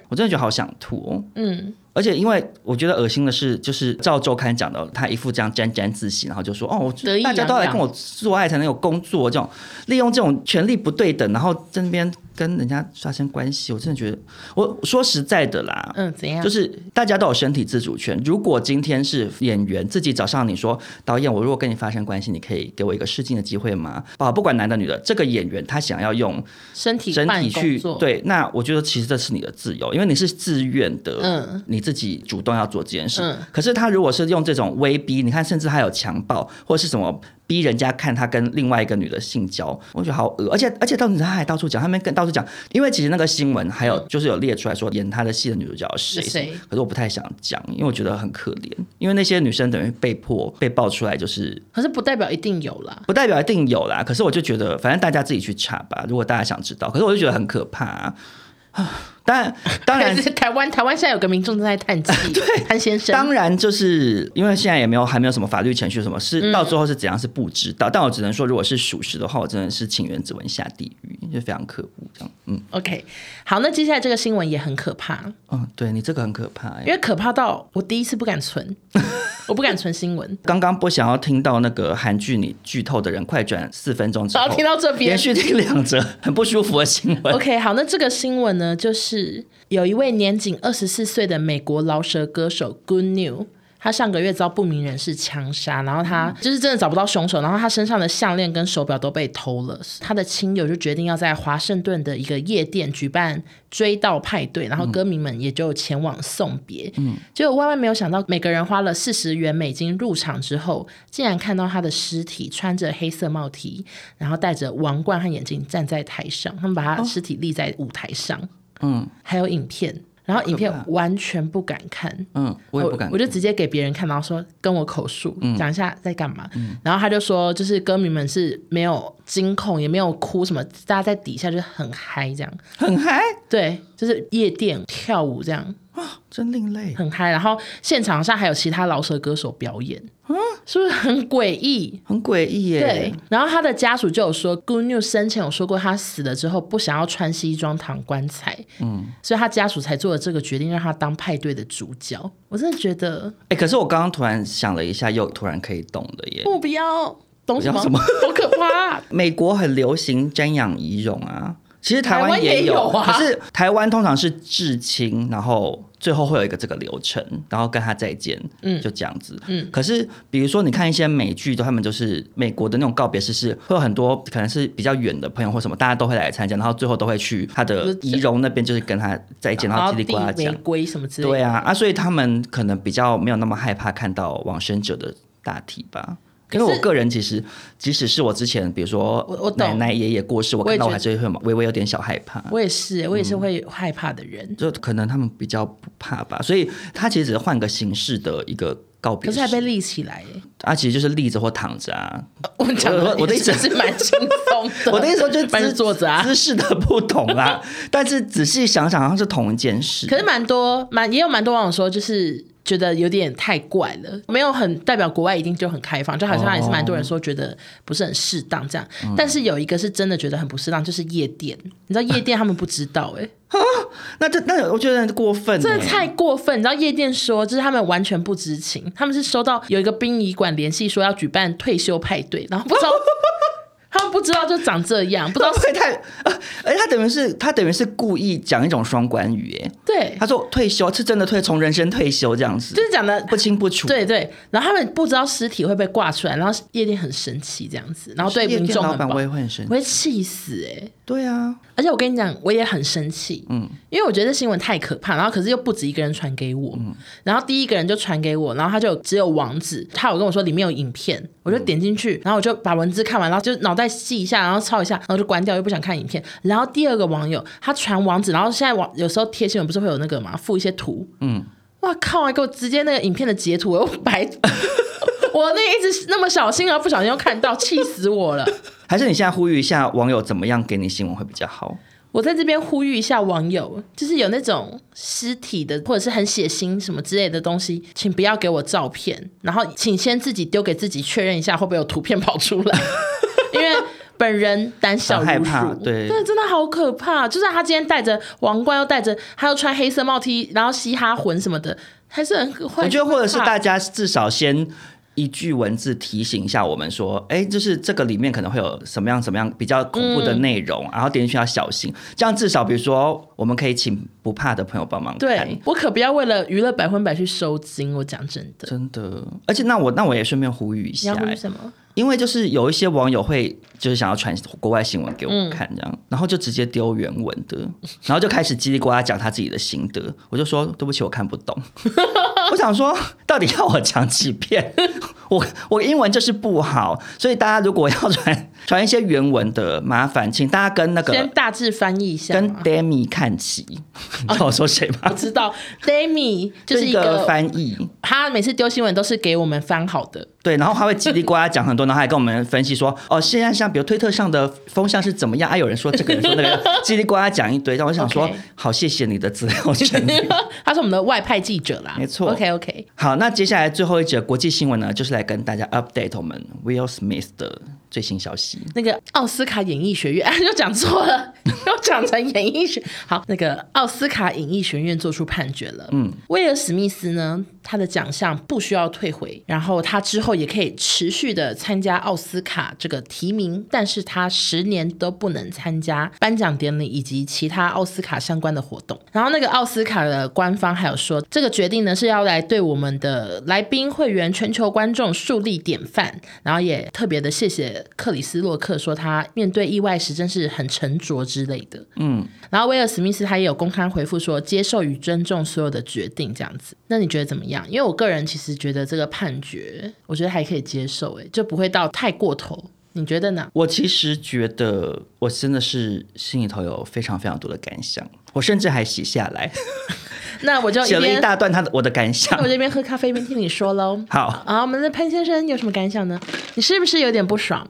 我真的觉得好想吐哦。嗯，而且因为我觉得恶心的是，就是照周刊讲的，他一副这样沾沾自喜，然后就说哦，我得意大洋洋家都要来跟我做爱才能有工作，这种利用这种权力不对等，然后在那边跟人家发生关系，我真的觉得，我说实在的啦，嗯，怎样？就是大家都有身体自主权。如果今天是演员自己找上你说，导演，我如果跟你发生关系，你可以给我一个试镜的机会吗？啊，不管男的女的，这个演员他想要用身体整办体工去作，对，那我觉得其实这是你的自由，因为你是自愿的，嗯你自己主动要做这件事。嗯可是他如果是用这种威逼，你看，甚至还有强暴或是什么。逼人家看他跟另外一个女的性交，我觉得好恶，而且而且到底他还到处讲，他们跟到处讲，因为其实那个新闻还有就是有列出来说演他的戏的女主角是是谁可是我不太想讲，因为我觉得很可怜，因为那些女生等于被迫被爆出来，就是可是不代表一定有啦。不代表一定有啦，可是我就觉得，反正大家自己去查吧。如果大家想知道，可是我就觉得很可怕、啊。 当然，当然 可，是台湾，台湾现在有个民众正在叹气， 潘先生，当然，就是因为现在也没有还没有什么法律程序，什么嗯是到最后是怎样是不知道。但我只能说，如果是属实的话，我真的是请原子文下地狱，就非常可恶。这样，嗯 OK，好，那接下来这个新闻也很可怕，哦嗯，对你这个很可怕、欸 因。为可怕到我第一次不敢存，我不敢存新闻。刚刚不想要听到那个韩剧你剧透的人，快转四分钟之后好，听到这边连续听两则很不舒服的新 闻。 OK，好，那这个新闻呢，就是有一位年仅二十四岁的美国饶舌歌手 Good New。他上个月遭不明人士枪杀，然后他嗯就是真的找不到凶手，然后他身上的项链跟手表都被偷了。他的亲友就决定要在华盛顿的一个夜店举办追悼派嗯对，然后歌迷们也就前往送别。嗯，结果万万没有想到，每个人花了四十元美金入场之后，竟然看到他的尸体穿着黑色帽 T，然后戴着王冠和眼镜站在台上，他们把他的尸体立在舞台上。嗯还有影片，然后影片好可怕完全不敢看。嗯，我也不敢嗯我，就直接给别人看，然后说跟我口述，讲一下在干嘛。然后他就说，就是歌迷们是没有惊恐，也没有哭什么，大家在底下就是很嗨这样。很嗨，对，就是夜店跳舞这样真另类。很嗨。然后现场上还有其他饶舌歌手表演，嗯是不是很诡异？很诡异耶！对，，然后他的家属就有说，Good News 生前有说过，他死了之后不想要穿西装躺棺材，嗯，所以他家属才做了这个决定，让他当派对的主角。我真的觉得哎、可是我刚刚突然想了一下，又突然可以懂了耶。哦不要懂什么，要什么好可怕 啊、美国很流行瞻仰遗容啊，其实台台湾湾也有，有啊可是台湾通常是至亲，然后最后会有一个这个流程，然后跟他再见，嗯，就这样子，嗯。可是比如说你看一些美剧，他们就是美国的那种告别式，是会有很多可能是比较远的朋友或什么，大家都会来参加，然后最后都会去他就的是遗容那边，就是跟他再见，然后叽里呱啦递讲玫。瑰什么之类的。对啊，啊，所以他们可能比较没有那么害怕看到往生者的大体吧。因可是为我个人其实，即使是我之前，比如说我我懂奶奶爷爷过世，我我也看到觉我得还是会微微有点小害怕。我也嗯是，我也是会害怕的人。就可能他们比较不怕吧，所以他其实只是换个形式的一个告别可式，是还被立起来耶，啊，其实就是立着或躺着啊。我讲我我我的意思也是蛮轻松的。 我的意思说 就是反姿正坐着啊，姿势的不同 啦。但是仔细想想，好像是同一件事。可是蛮多蛮也有蛮多网友说，就是觉得有点太怪了，没有很代表国外一定就很开放，就好像也是蛮多人说觉得不是很适当这样。但是有一个是真的觉得很不适当，就是夜店，你知道夜店他们不知道哎、那这那我觉得过分、欸，真的太过分。你知道夜店说，就是他们完全不知情，他们是收到有一个殡仪馆联系说要举办退休派对，然后不知道。他们不知道就长这样，不知道会太，呃而且他等于是他等于是故意讲一种双关语，哎，对，他说退休是真的退，从人生退休这样子就，是讲的不清不楚。，对对，然后他们不知道尸体会被挂出来，然后夜店很神奇这样子，然后对民众老很板不好我也会很生气。我会气死哎、欸！对啊，而且我跟你讲，我也很生气，嗯，因为我觉得这新闻太可怕，然后可是又不止一个人传给我，然后第一个人就传给我，然后他就只有网址，他有跟我说里面有影片，我就点进去，然后我就把文字看完，然后就脑袋记一下，然后抄一下，然后就关掉，又不想看影片。然后第二个网友他传网址，然后现在网有时候贴新闻不是会有那个嘛，附一些图，嗯，哇靠，还给我直接那个影片的截图，我又白。 我那个一直那么小心，然后不小心又看到，气死我了！还是你现在呼吁一下网友怎么样给你新闻会比较好？我在这边呼吁一下网友，就是有那种尸体的或者是很血腥什么之类的东西，请不要给我照片，然后请先自己丢给自己确认一下会不会有图片跑出 来，因为本人胆小很害如怕鼠，对真的好可怕。就算他今天戴着王冠，又戴着，他又穿黑色帽 T，然后嘻哈魂什么的，还是很可我觉得或者是会怕大家至少先。一句文字提醒一下我们说，哎，就是这个里面可能会有什么样什么样比较恐怖嗯的内容，然后点进去要小心。这样至少，比如说，我们可以请不怕的朋友帮忙看对。我可不要为了娱乐百分百去收金，我讲真的。真的，而且那我那我也顺便呼吁一你下、要呼吁欸什么？因为就是有一些网友会就是想要传国外新闻给我看这样，嗯然后就直接丢原文 的，然后就开始叽里呱啦讲他自己的心得，我就说对不起，我看不懂。 我想说，到底要我讲几遍？ 我我英文就是不好，所以大家如果要传传一些原文的，麻烦请大家跟那先啊个大致翻译一下跟吗。 Demi 看齐， 你知道我说谁 我吗？知道，Demi 就是一一个个翻译，他每次丢新闻都是给我们翻好的， 对，然后他会叽里呱啦讲很多，然后还跟我们分析说，哦，现在像比如推特上的风向是怎么样啊？有人说这个，有人说那个，叽里呱啦讲一堆。但我想说 OK 好，谢谢你的资料整 理。他是我们的外派记者啦，没错 OK OK，好，那接下来最后一则国际新闻呢，就是来跟大家 update 我们 Will Smith 的最新消息。那个奥斯卡演艺学院， 又讲错了， 又讲成演艺学。好，那个奥斯卡演艺学院做出判决了。嗯，威尔史密斯呢， 他的奖项不需要退回，然后他之后也可以持续的参加奥斯卡这个提名，但是他十年都不能参加颁奖典礼以及其他奥斯卡相关的活动。然后那个奥斯卡的官方还有说，这个决定呢是要来对我们的来宾、会员、全球观众树立典范，然后也特别的谢谢克里斯洛克，说他面对意外时真是很沉着之类的。嗯，然后威尔史密斯他也有公开回复说，接受与尊重所有的决定这样子。那你觉得怎么样？因为我个人其实觉得这个判决，我觉得还可以接受，哎，就不会到太过头。你觉得呢？我其实觉得，我真的是心里头有非常非常多的感想，我甚至还写下来。那我就写了一 大段他的我的感想。那哦 我这边喝咖啡一边听你说喽。好啊，我们的潘先生有什么感想呢？你是不是有点不爽？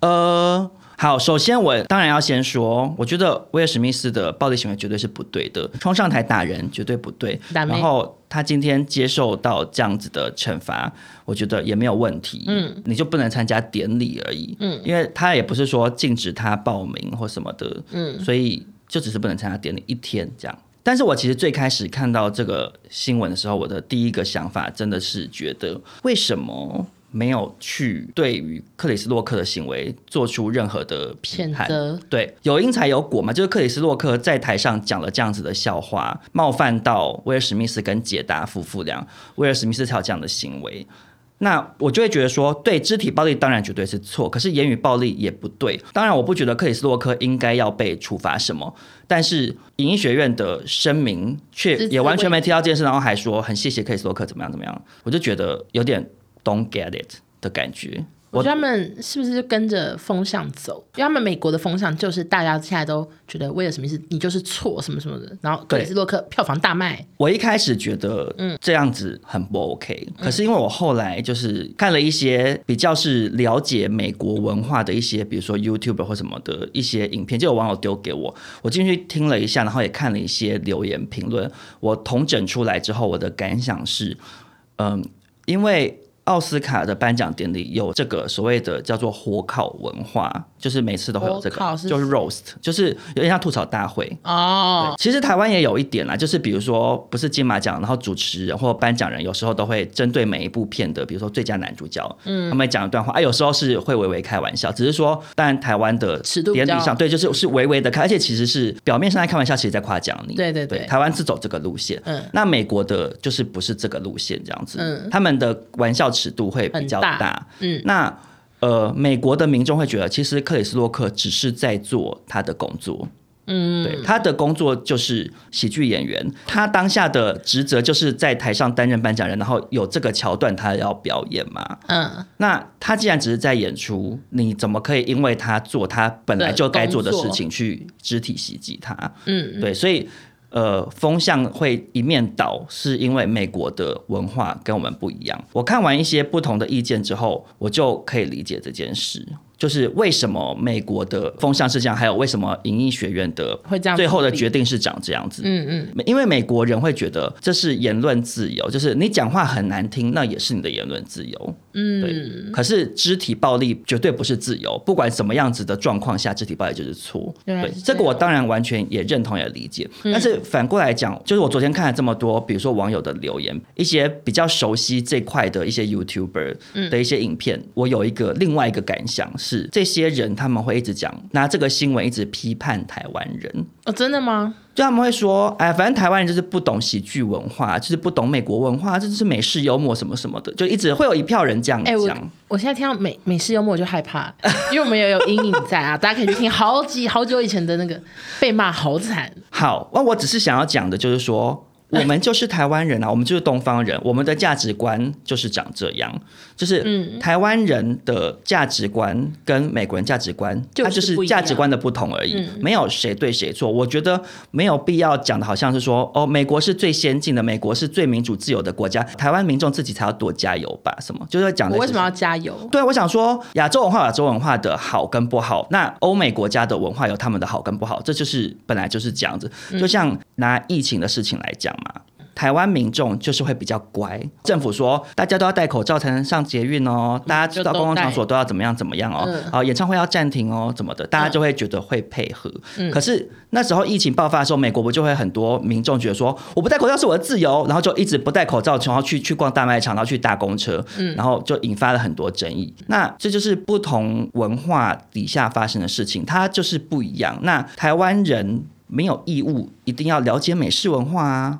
呃。好，首先我当然要先说，我觉得威尔史密斯的暴力行为绝对是不对的，冲上台打人绝对不对。然后他今天接受到这样子的惩罚，我觉得也没有问题。嗯，你就不能参加典礼而已。嗯，因为他也不是说禁止他报名或什么的。嗯，所以就只是不能参加典礼一天这样。但是我其实最开始看到这个新闻的时候，我的第一个想法真的是觉得为什么？没有去对于克里斯洛克的行为做出任何的批判，对，有因才有果嘛，就是克里斯洛克在台上讲了这样子的笑话，冒犯到威尔史密斯跟杰达夫妇俩，威尔史密斯才有这样的行为。那我就会觉得说，对肢体暴力当然绝对是错，可是言语暴力也不对。当然，我不觉得克里斯洛克应该要被处罚什么，但是影艺学院的声明却也完全没提到这件事，然后还说很谢谢克里斯洛克怎么样怎么样，我就觉得有点。Don't get it 的感觉，我觉得他们是不是就跟着风向走？因为他们美国的风向就是大家现在都觉得威尔史密斯你就是错什么什么的，然后克里斯洛克票房大卖。我一开始觉得嗯这样子很不 OK，、嗯、可是因为我后来就是看了一些比较是了解美国文化的一些，比如说 YouTube 或什么的一些影片，就有网友丢给我，我进去听了一下，然后也看了一些留言评论，我统整出来之后，我的感想是，嗯，因为。奥斯卡的颁奖典礼有这个所谓的叫做火烤文化，就是每次都会有这个，是就是 roast，就是有点像吐槽大会哦。其实台湾也有一点啦，就是比如说不是金马奖，然后主持人或颁奖人有时候都会针对每一部片的，比如说最佳男主角，嗯，他们讲一段话啊，有时候是会微微开玩笑，只是说，当然台湾的尺度典礼上，对，就是是微微的开，而且其实是表面上在开玩笑，其实在夸奖你。对对对，台湾是走这个路线，嗯，那美国的就是不是这个路线这样子，嗯，他们的玩笑。尺度会比较大，大嗯，那呃，美国的民众会觉得，其实克里斯洛克只是在做他的工作，嗯，对，他的工作就是喜剧演员，他当下的职责就是在台上担任颁奖人，然后有这个桥段他要表演嘛，嗯，那他既然只是在演出，你怎么可以因为他做他本来就该做的事情去肢体袭击他？嗯，对，所以。呃，风向会一面倒，是因为美国的文化跟我们不一样。我看完一些不同的意见之后，我就可以理解这件事，就是为什么美国的风向是这样，还有为什么影艺学院的会这样，最后的决定是长这样子。嗯嗯，因为美国人会觉得这是言论自由，就是你讲话很难听，那也是你的言论自由。嗯，对。可是肢体暴力绝对不是自由，不管什么样子的状况下，肢体暴力就是错。对，这个我当然完全也认同也理解，嗯、但是。反过来讲，就是我昨天看了这么多，比如说网友的留言，一些比较熟悉这块的一些 YouTuber 的一些影片，嗯、我有一个另外一个感想是，这些人他们会一直讲拿这个新闻一直批判台湾人。哦，真的吗？就他们会说，哎，反正台湾人就是不懂喜剧文化，就是不懂美国文化，这就是美式幽默什么什么的，就一直会有一票人这样讲。哎、欸，我我现在听到美美式幽默我就害怕， 因为我们也有阴影在啊。 大家可以去听好几好久以前的那个，被骂好惨。好，那我只是想要讲的就是说。我们就是台湾人啊，我们就是东方人，我们的价值观就是长这样，嗯就是台湾人的价值观跟美国人价值观，就它就是价值观的不同而已，嗯、没有谁对谁错。我觉得没有必要讲的好像是说哦，美国是最先进的，美国是最民主自由的国家，台湾民众自己才要多加油吧？什么就是讲的为什么要加油？对，啊我想说亚洲文化，亚洲文化的好跟不好，那欧美国家的文化有他们的好跟不好，这就是本来就是这样子。就像拿疫情的事情来讲。嘛，台湾民众就是会比较乖。政府说大家都要戴口罩才能上捷运哦，大家到公共场所都要怎么样怎么样哦，啊、演唱会要暂停哦，怎么的，大家就会觉得会配合。可是那时候疫情爆发的时候，美国不就会很多民众觉得说我不戴口罩是我的自由，然后就一直不戴口罩，然后去去逛大卖场，然后去搭公车，然后就引发了很多争议。那这就是不同文化底下发生的事情，它就是不一样。那台湾人没有义务一定要了解美式文化啊。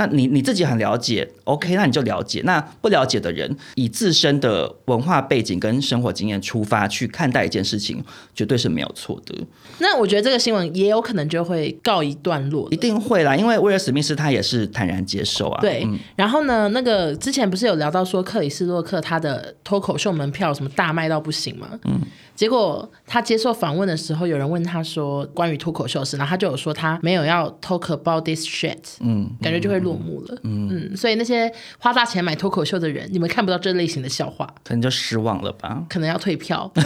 那你你自己很了解，OK，那你就了解。那不了解的人，以自身的文化背景跟生活经验出发去看待一件事情，绝对是没有错的。那我觉得这个新闻也有可能就会告一段落了一定会啦，因为威尔史密斯他也是坦然接受啊。对，然后呢，那个之前不是有聊到说克里斯洛克他的脱口秀门票什么大卖到不行吗？嗯，结果他接受访问的时候，有人问他说关于脱口秀的事，然后他就有说他没有要 talk about this shit，嗯，感觉就会落幕了，嗯嗯，所以那些花大钱买脱口秀的人，你们看不到这类型的笑话，可能就失望了吧。可能要退票。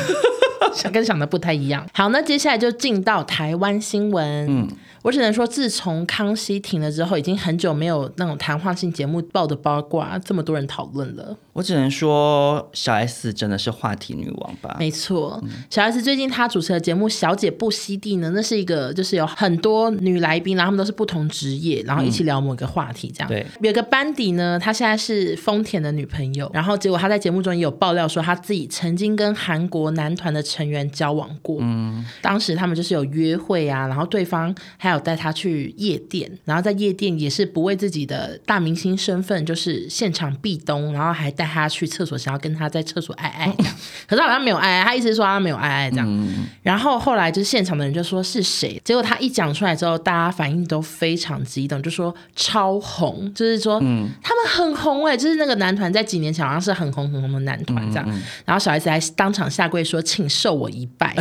想跟想的不太一样。好，那接下来就进到台湾新闻。嗯，我只能说，自从康熙停了之后，已经很久没有那种谈话性节目爆的八卦这么多人讨论了。我只能说，小 S 真的是话题女王吧。没错，小 S 最近她主持的节目《小姐不吸地》呢，那是一个就是有很多女来宾，然后她们都是不同职业，然后一起聊某个话题这样。对，有个班底呢，她现在是丰田的女朋友，然后结果她在节目中也有爆料说，她自己曾经跟韩国男团的成员交往过。嗯，当时他们就是有约会啊，然后对方还有带她去夜店，然后在夜店也是不为自己的大明星身份就是现场壁咚，然后还带她去厕所，想要跟她在厕所爱爱这样。可是好像没有爱爱，她一直说她没有爱爱这样。然后后来就是现场的人就说是谁，结果他一讲出来之后，大家反应都非常激动，就说超红，就是说、他们很红哎、就是那个男团在几年前好像是很红很红的男团这样。然后小 S 还当场下跪说：“请受我一拜。”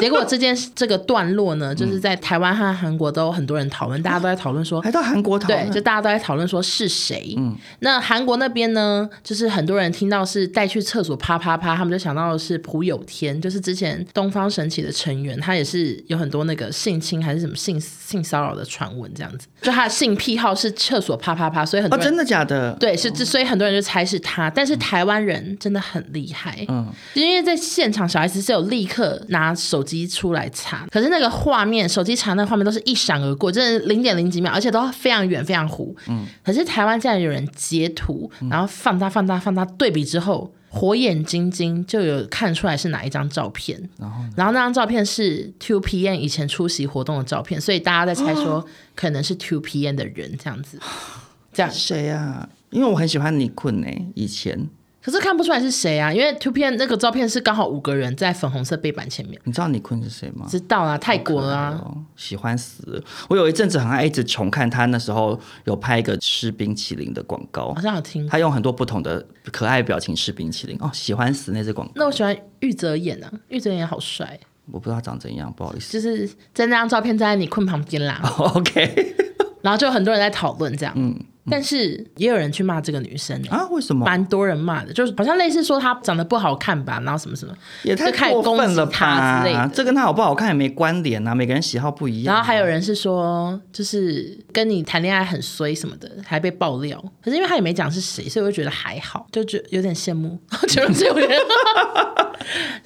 结果这件这个段落呢，就是在台湾和韩国都有很多人讨论，大家都在讨论说还到韩国讨对，论，就大家都在讨论说是谁。嗯那韩国那边呢，就是很多人听到是带去厕所啪啪啪，他们就想到的是朴有天，就是之前东方神起的成员，他也是有很多那个性侵还是什么性性骚扰的传闻这样子，就他的性癖好是厕所啪啪啪，所以很哦，多人、真的假的？对，是这，所以很多人就猜是他，但是台湾人真的很厉害，嗯，因为在现场小 S 是有立刻拿手机出来查，可是那个画面，手机查那个画面都是一闪而过，真的零点零几秒，而且都非常远非常糊，嗯，可是台湾竟然有人截图，然后放大放大放大对比之后。火眼金睛就有看出来是哪一张照片，然后那张照片是 Two PM 以前出席活动的照片，所以大家在猜 说可能是 Two PM 的人这样子，这样谁啊？因为我很喜欢尼坤呢，以前可是看不出来是谁啊，因为 Two PM 那个照片是刚好五个人在粉红色背板前面。你知道尼坤是谁吗？知道啦，泰国啊，哦，喜欢死了！我有一阵子很爱一直重看他那时候有拍一个吃冰淇淋的广告好，像有听过。他用很多不同的可爱表情吃冰淇淋。哦，喜欢死那只广告，那我喜欢玉泽演啊，玉泽演好帅，我不知道长怎样，不好意思。就是在那张照片站在你困旁边啊啦， OK 然后就有很多人在讨论这样。但是也有人去骂这个女生、欸，啊，为什么？蛮多人骂的，就是好像类似说她长得不好看吧，然后什么什么， 也太就开始过分了攻击他吧！之类的这跟他好不好看也没关联啊，每个人喜好不一样。然后还有人是说，就是跟你谈恋爱很衰什么的，还被爆料。可是因为他也没讲是谁，所以我就觉得还好，就觉有点羡慕， 觉得这个人。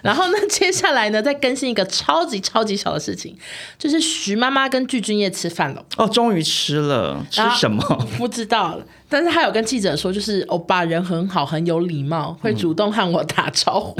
然后呢，接下来呢，再更新一个超级超级小的事情，就是徐妈妈跟具俊晔吃饭了。哦，终于吃了，吃然后什么？ 不知道了，但是他有跟记者说，就是欧巴人很好，很有礼貌，会主动和我打招呼。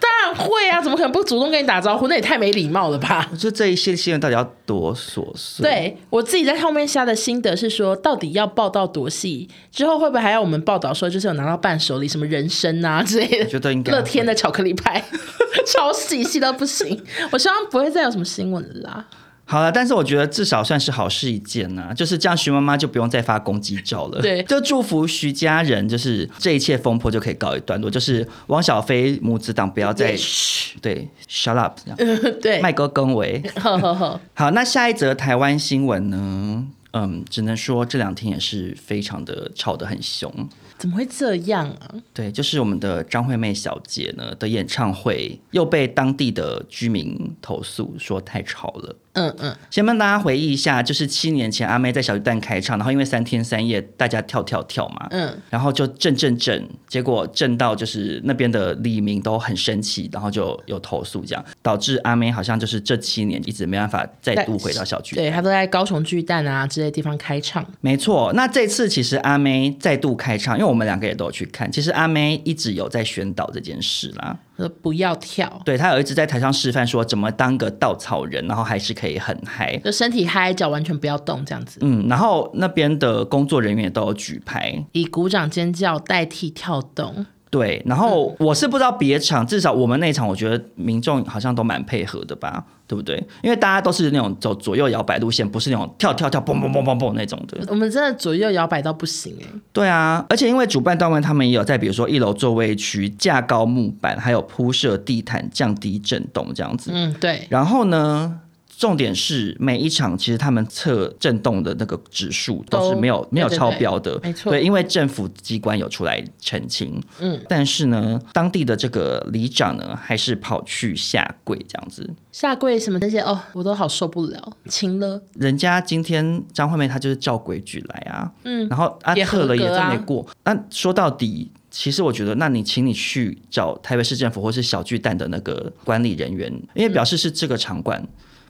当然会啊，怎么可能不主动跟你打招呼？那也太没礼貌了吧！我觉得这一些新闻到底要多琐碎？，啊对我自己在后面下的心得是说，到底要报道多细？之后会不会还要我们报道说，就是有拿到伴手礼，什么人参啊之类我的？觉得应该乐天的巧克力派 超细细到不行。我希望不会再有什么新闻了啦。好了，但是我觉得至少算是好事一件呐、就是这样，徐妈妈就不用再发攻击照了。对就祝福徐家人，就是这一切风波就可以告一段落，就是汪小菲母子档不要再嘘，对 shut up，这样对，麦哥更为。呵呵呵，好，那下一则台湾新闻呢？嗯，只能说这两天也是非常的吵得很凶。怎么会这样啊？对，就是我们的张惠妹小姐呢的演唱会又被当地的居民投诉说太吵了。嗯嗯，先帮大家回忆一下，就是七年前阿妹在小巨蛋开唱，然后因为三天三夜大家跳跳跳嘛，嗯，然后就震震震，结果震到就是那边的黎明都很生气，然后就有投诉这样，导致阿妹好像就是这七年一直没办法再度回到小巨蛋。对，她都在高雄巨蛋啊之类地方开唱。没错，那这次其实阿妹再度开唱，因为我们两个也都有去看，其实阿妹一直有在宣导这件事啦。说不要跳，对她有一直在台上示范说怎么当个稻草人，然后还是可以很嗨。就身体嗨，脚完全不要动这样子，嗯，然后那边的工作人员也都有举牌，以鼓掌尖叫代替跳动。对，然后我是不知道别场，至少我们那场，我觉得民众好像都蛮配合的吧，对不对？因为大家都是那种走左右摇摆路线，不是那种跳跳跳蹦蹦蹦蹦蹦那种的。我们真的左右摇摆到不行哎、对啊，而且因为主办单位他们也有在，比如说一楼座位区架高木板，还有铺设地毯，降低震动这样子。嗯，对，然后呢，重点是每一场其实他们测震动的那个指数都是没有都没有对对超对标的，没错对，因为政府机关有出来澄清，嗯，但是呢，当地的这个里长呢，还是跑去下跪这样子。下跪什么那些哦，我都好受不了，嗯亲了。人家今天张惠妹她就是照规矩来啊，嗯，然后啊也合测了也格真啊没过。那说到底，其实我觉得，那你请你去找台北市政府或是小巨蛋的那个管理人员，因为表示是这个场馆。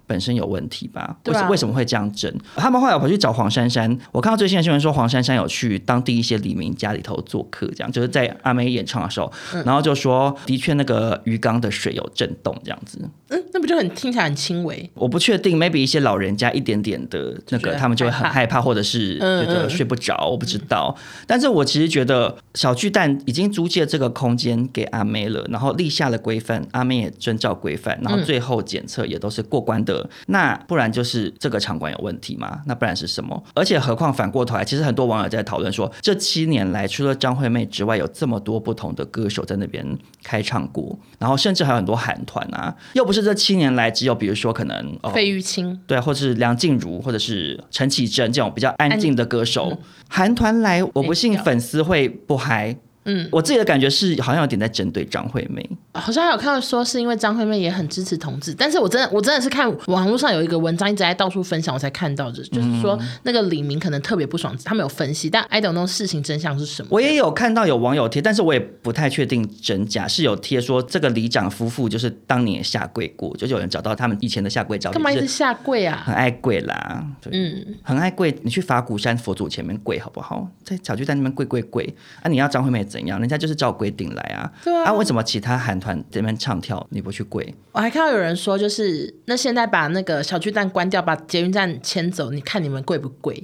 本身有问题吧？为对什、啊为什么会这样争？他们后来我跑去找黄珊珊，我看到最新的新闻说黄珊珊有去当地一些黎明家里头做客，这样就是在阿妹演唱的时候，嗯然后就说的确那个鱼缸的水有震动这样子。嗯，那不就很听起来很轻微？我不确定，maybe 一些老人家一点点的那觉个，得他们就会很害怕害怕，或者是觉嗯得嗯睡不着，我不知道。但是我其实觉得小巨蛋已经租借这个空间给阿妹了，然后立下了规范，阿妹也遵照规范，然后嗯最后检测也都是过关的。那不然就是这个场馆有问题嘛？那不然是什么？而且何况反过头来，其实很多网友在讨论说，这七年来除了张惠妹之外，有这么多不同的歌手在那边开唱过，然后甚至还有很多韩团啊，又不是这七年来只有比如说可能哦。费玉清对，或者是梁静茹，或者是陈绮贞这种比较安静的歌嗯手，韩团来，我不信粉丝会不嗨。嗯，我自己的感觉是，好像有点在针对张惠妹。好像还有看到说是因为张惠妹也很支持同志，但是我真的我真的是看网络上有一个文章一直在到处分享，我才看到的，就是说嗯那个李明可能特别不爽，他们有分析，但 I don't know 事情真相是什么。我也有看到有网友贴，但是我也不太确定真假，是有贴说这个里长夫妇就是当年也下跪过，就是有人找到他们以前的下跪照干嘛片，一就直是下跪啊？很爱跪啦，对，嗯，很爱跪。你去法鼓山佛祖前面跪好不好？在小巨蛋那边跪跪跪啊！你要张惠妹怎样？人家就是照规定来啊。对啊啊，为什么其他韩团这边唱跳你不去跪？我还看到有人说，就是那现在把那个小巨蛋关掉，把捷运站迁走，你看你们贵不 贵？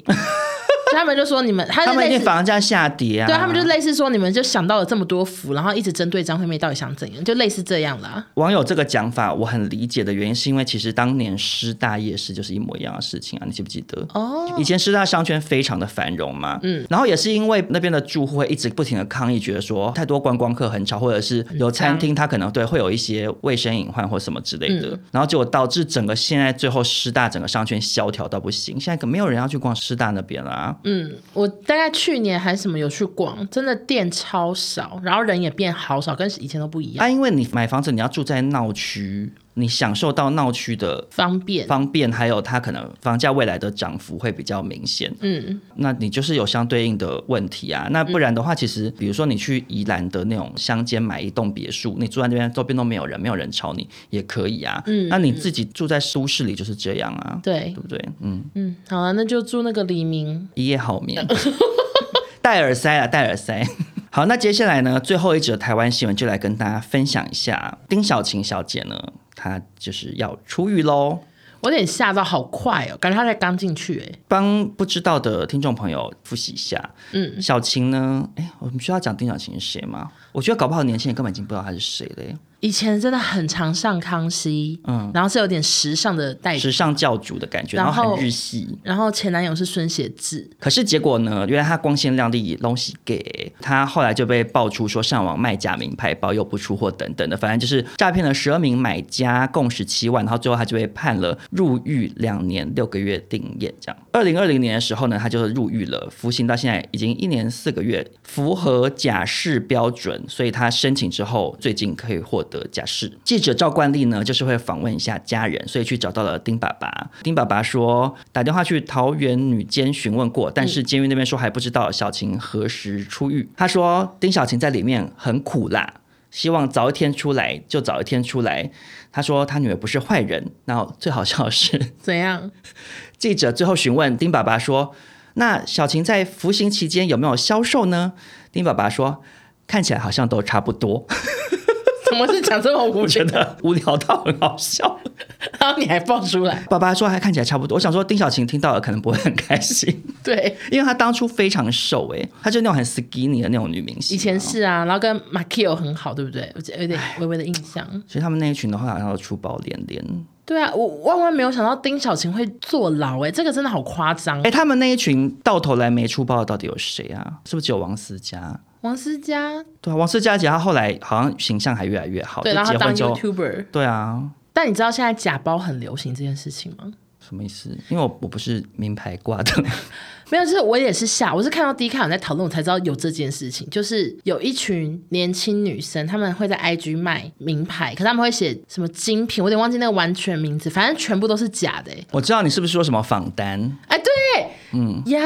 就他们就说你们，他他就们一类定似，房价下跌啊！对他们就类似说你们就想到了这么多福，然后一直针对张惠妹到底想怎样，就类似这样啦。网友这个讲法，我很理解的原因是因为其实当年师大夜市就是一模一样的事情啊，你记不记得？哦，以前师大商圈非常的繁荣嘛，嗯，然后也是因为那边的住户会一直不停的抗议，觉得说太多观光客很吵，或者是有餐厅它可能对会有一些卫生隐患或什么之类的，嗯然后结果导致整个现在最后师大整个商圈萧条到不行，现在可没有人要去逛师大那边了、啊。嗯，我大概去年还是什么有去逛，真的店超少，然后人也变好少，跟以前都不一样，啊，因为你买房子你要住在闹区，你享受到闹区的方便。方便，还有它可能房价未来的涨幅会比较明显，嗯，那你就是有相对应的问题啊。那不然的话，其实比如说你去宜兰的那种乡间买一栋别墅，你住在那边周边都没有人，没有人吵你也可以啊。嗯，那你自己住在都市里就是这样啊，对对，不对？嗯，嗯，好了，那就祝那个黎明一夜好眠，戴耳塞啊，戴耳塞。 好，那接下来呢，最后一则台湾新闻就来跟大家分享一下，丁小晴小姐呢，她就是要出狱喽。我有点吓到，好快哦，感觉他才刚进去哎。帮不知道的听众朋友复习一下，嗯，小晴呢？哎，我们需要讲丁小晴是谁吗？我觉得搞不好年轻人根本已经不知道她是谁嘞。以前真的很常上康熙，嗯，然后是有点时尚的代表，时尚教主的感觉，哎然然后后很日系。然后前男友是孙协志，可是结果呢？原来他光鲜亮丽，东西给他后来就被爆出说上网卖假名牌包又不出货等等的，反正就是诈骗了十二名买家，共十七万，然后最后他就被判了入狱两年六个月定谳这样。二零二零年的时候呢，他就入狱了，服刑到现在已经一年四个月，符合假释标准，所以他申请之后最近可以获得假释。记者照惯例呢，就是会访问一下家人，所以去找到了丁爸爸。丁爸爸说打电话去桃园女监询问过，但是监狱那边说还不知道小晴何时出狱。他说丁小晴在里面很苦啦。希望早一天出来就早一天出来。他说他女儿不是坏人。然后最好笑的是，怎样？记者最后询问丁爸爸说：“那小晴在服刑期间有没有消瘦呢？”丁爸爸说：“看起来好像都差不多。怎么是讲这 么无” 聊真？的无聊到很好笑。然后你还爆出来？ 爸爸说还看起来差不多。我想说丁小晴听到了可能不会很开心，对，因为她当初非常瘦诶、她就那种很 skinny 的那种女明星。以前。是啊，然后跟马 k i o 很好，对不对？我记得有点微微的印象。所以他们那一群的话，然后出包连连。对啊，我万万没有想到丁小晴会坐牢、欸，哎，这个真的好夸张哎、。他们那一群到头来没出包的到底有谁啊？是不是只有王思佳？王思佳，对啊，王思佳姐她后来好像形象还越来越好，对，就然后结她当婚之后， YouTuber。对啊，但你知道现在假包很流行这件事情吗？什么意思？因为我我不是名牌挂的， 没有，就是我也是下，我是看到第一看有在讨论，我才知道有这件事情。就是有一群年轻女生，她们会在 IG 卖名牌，可是她们会写什么精品，我有点忘记那个完全名字，反正全部都是假的、欸。我知道你是不是说什么仿单？哎，对，嗯呀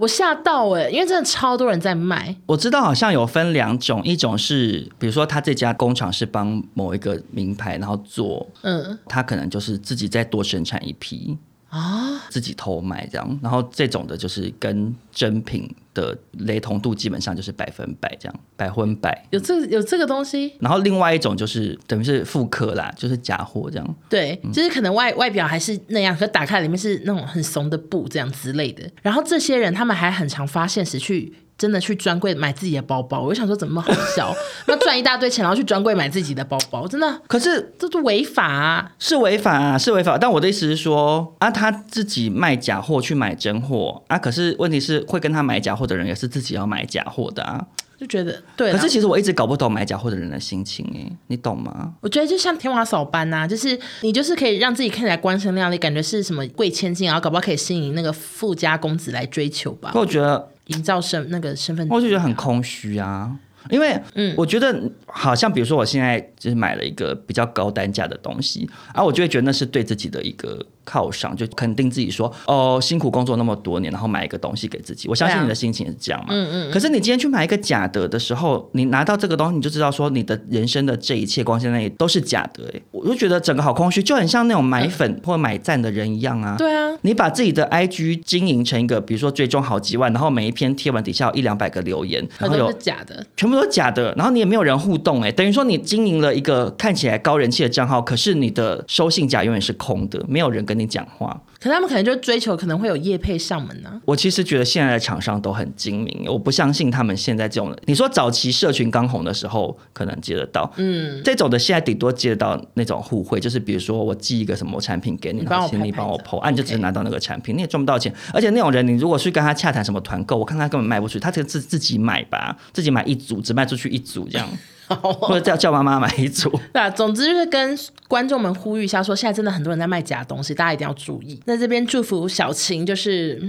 我吓到哎、因为真的超多人在卖，我知道好像有分两种，一种是比如说他这家工厂是帮某一个名牌然后做，嗯他可能就是自己再多生产一批啊，自己偷卖这样，然后这种的就是跟真品的雷同度基本上就是百分百这样，百分百。有这有这个东西，然后另外一种就是等于是复刻啦，就是假货这样。对，嗯就是可能外外表还是那样，可打开里面是那种很怂的布这样之类的。然后这些人他们还很常发现时去。真的去专柜买自己的包包，我就想说怎么那么好 笑，那赚一大堆钱，然后去专柜买自己的包包，真的可是这都违法、啊。是违法啊，是违法。但我的意思是说，啊，他自己卖假货去买真货啊，可是问题是会跟他买假货的人也是自己要买假货的啊。就觉得对。可是然后其实我一直搞不懂买假货的人的心情诶、你懂吗？我觉得就像天王嫂般呐、就是你就是可以让自己看起来光鲜亮丽，感觉是什么贵千金，然后搞不好可以吸引那个富家公子来追求吧可，我觉得，营造身那个身份。我就觉得很空虚啊。因为，嗯，我觉得好像比如说，我现在就是买了一个比较高单价的东西，啊，我就会觉得那是对自己的一个犒赏，就肯定自己说，哦，辛苦工作那么多年，然后买一个东西给自己。我相信对啊你的心情也是这样嘛。嗯可是你今天去买一个假的的时候，你拿到这个东西，你就知道说你的人生的这一切光鲜亮丽都是假的、欸。我就觉得整个好空虚，就很像那种买粉或买赞的人一样啊。对啊，你把自己的 IG 经营成一个，比如说追踪好几万，然后每一篇贴文底下有一两百个留言，然很后多有是假的。全部都假的，然后你也没有人互动、欸，哎，等于说你经营了一个看起来高人气的账号，可是你的收信夹永远是空的，没有人跟你讲话。可是他们可能就追求可能会有业配上门啊 呢、我其实觉得现在的厂商都很精明，我不相信他们现在这种，你说早期社群刚红的时候可能接得到，嗯，这种的现在顶多接得到那种互惠，就是比如说我寄一个什么产品给你，你然后帮我请你拍帮我拍照 PO，啊，你就只 OK 能拿到那个产品，你也赚不到钱。而且那种人，你如果去跟他洽谈什么团购，我看他根本卖不出去，他这个自自己买吧，自己买一组，只卖出去一组这样，哦或者叫叫妈妈买一组。对啊，总之就是跟观众们呼吁一下说现在真的很多人在卖假东西，大家一定要注意。那这边祝福小晴就是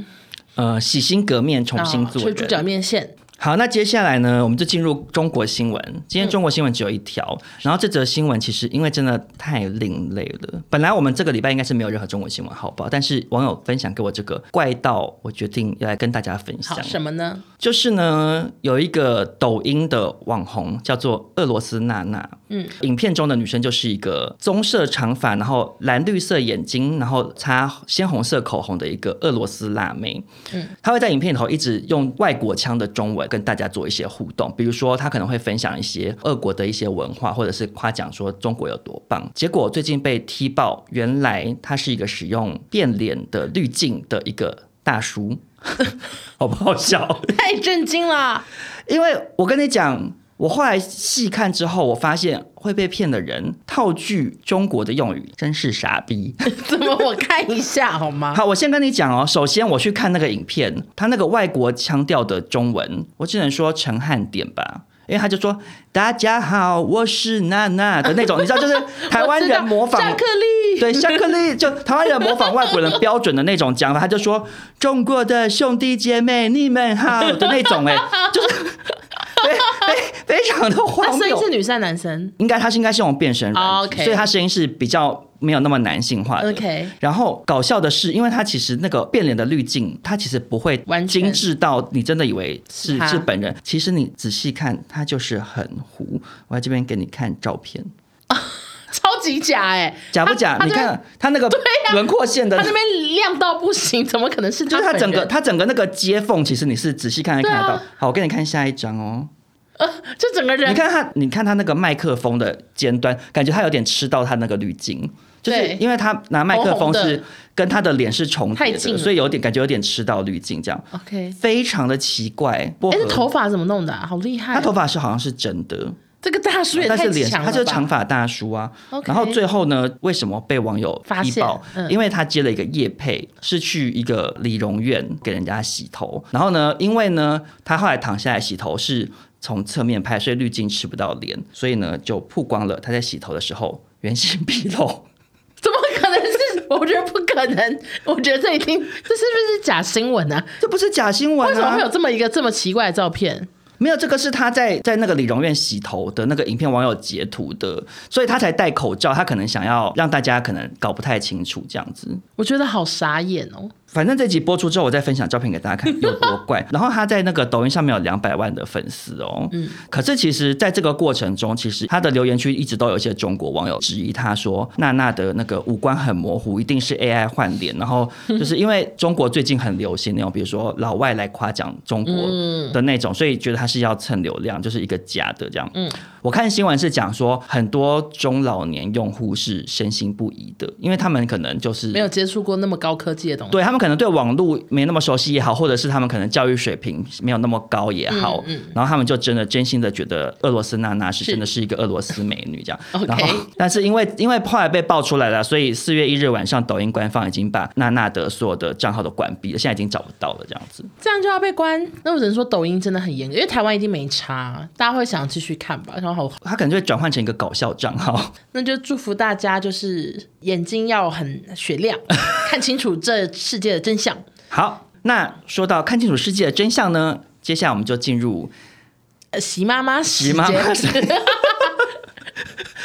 啊呃，洗心革面，重新做吹猪人。脚面线，好，那接下来呢，我们就进入中国新闻。今天中国新闻只有一条，嗯然后这则新闻其实因为真的太另类了。本来我们这个礼拜应该是没有任何中国新闻，好不好？但是网友分享给我这个怪到，我决定要来跟大家分享好。什么呢？就是呢，有一个抖音的网红叫做俄罗斯娜娜，嗯，影片中的女生就是一个棕色长发，然后蓝绿色眼睛，然后擦鲜红色口红的一个俄罗斯辣妹，嗯，她会在影片里头一直用外国腔的中文跟大家做一些互动，比如说她可能会分享一些俄国的一些文化，或者是夸奖说中国有多棒。结果最近被踢爆，原来她是一个使用变脸的滤镜的一个大 叔，好不好笑？太震惊啦！ 因为我跟你讲，我后来细看之后，我发现会被骗的人套句中国的用语，真是傻逼。 怎么？我看一下好吗？好，我先跟你讲哦。首先，我去看那个影片，他那个外国腔调的中文，我只能说陈汉典吧。因为他就说“大家好，我是娜娜”的那种，你知道，就是台湾人模仿巧克 力，对，夏克力就台湾人模仿外国人标准的那种讲法，他就说“中国的兄弟姐妹，你们好”的那种、 欸，哎，就是 非非非常的他荒声音啊是谬。女生还是男生应该他是应该是用变声人、哦，OK 所以他声音是比较没有那么男性化的。 ？OK，然后搞笑的是，因为它其实那个变脸的滤镜，它其实不会完全精致到你真的以为是是它是本人，其实你仔细看，它就是很糊。我在这边给你看照片，超级假哎、假不假？他他你这边看它 那个轮廓线的啊他，这边亮到不行，怎么可能是就是它本整个人它整个那个接缝，其实你是仔细看才看得对啊到。好，我给你看下一张哦。呃就整个人你看它，你看它那个麦克风的尖端，感觉它有点吃到它那个滤镜。就是对因为它拿麦克红红风的是跟它的脸是重太叠近的，了所以有点感觉有点吃到滤镜这样。 OK，非常的奇怪。薄哎、这荷头发怎么弄的、啊？好厉害、他头发是好像是真的，这个大叔也啊但太是脸强了吧，他就是长发大叔啊。 OK 然后最后呢，为什么被网友发踢现爆？嗯因为他接了一个夜配，是去一个理容院给人家洗头。然后呢，因为呢，他后来躺下来洗头是从侧面拍，所以滤镜吃不到脸，所以呢就曝光了他在洗头的时候原形毕露。 怎么可能是？我觉得不可能， 我觉得这一定这是不是假新闻啊？这不是假新闻啊！为什么会有这么一个这么奇怪的照片？没有，这个是他在在那个理容院洗头的那个影片网友截图的，所以他才戴口罩，他可能想要让大家可能搞不太清楚这样子。我觉得好傻眼哦！反正这集播出之后，我再分享照片给大家 看有多怪。然后他在那个抖音上面有两百万的粉丝哦，嗯，可是其实在这个过程中，其实他的留言区一直都有一些中国网友质疑他说，娜娜的那个五官很模糊，一定是 AI 换脸。然后就是因为中国最近很流行那种，比如说老外来夸奖中国的那种，所以觉得他是要蹭流量，就是一个假的这样。嗯，我看新闻是讲说，很多中老年用户是深信不疑的，因为他们可能就是没有接触过那么高科技的东西。对他们可能对网络没那么熟悉也好，或者是他们可能教育水平没有那么高也好，然后他们就真的真心的觉得俄罗斯娜娜是是真的是一个俄罗斯美女这样。 OK 然后，但是因为因为后来被爆出来了，所以四月一日晚上，抖音官方已经把娜娜的所有的账号都关闭了，现在已经找不到了这样子。这样就要被关？那我只能说抖音真的很严格，因为台湾一定没差，大家会想继续看吧。然后好，他可能就会转换成一个搞笑账号。那就祝福大家，就是眼睛要很雪 亮，看清楚这世界的真相。好，那说到看清楚世界的真相呢，接下来我们就进入呃，习妈妈时习间，妈妈时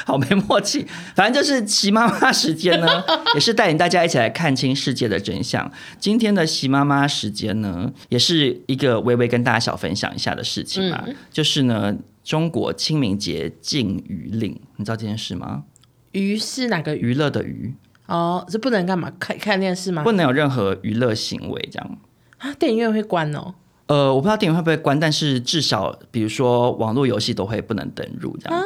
好没默契。反正就是习妈妈时间呢，也是带领大家一起来看清世界的真相。今天的习妈妈时间呢，也是一个微微跟大家小分享一下的事情啦，就是呢。中国清明节禁娱令，你知道这件事吗？ 鱼是哪个鱼？娱乐的娱，哦，这不能干嘛？看看电视吗？不能有任何娱乐行为，这样。啊，电影院会关哦。呃，我不知道电影会不会关，但是至少比如说网络游戏都会不能登入这样。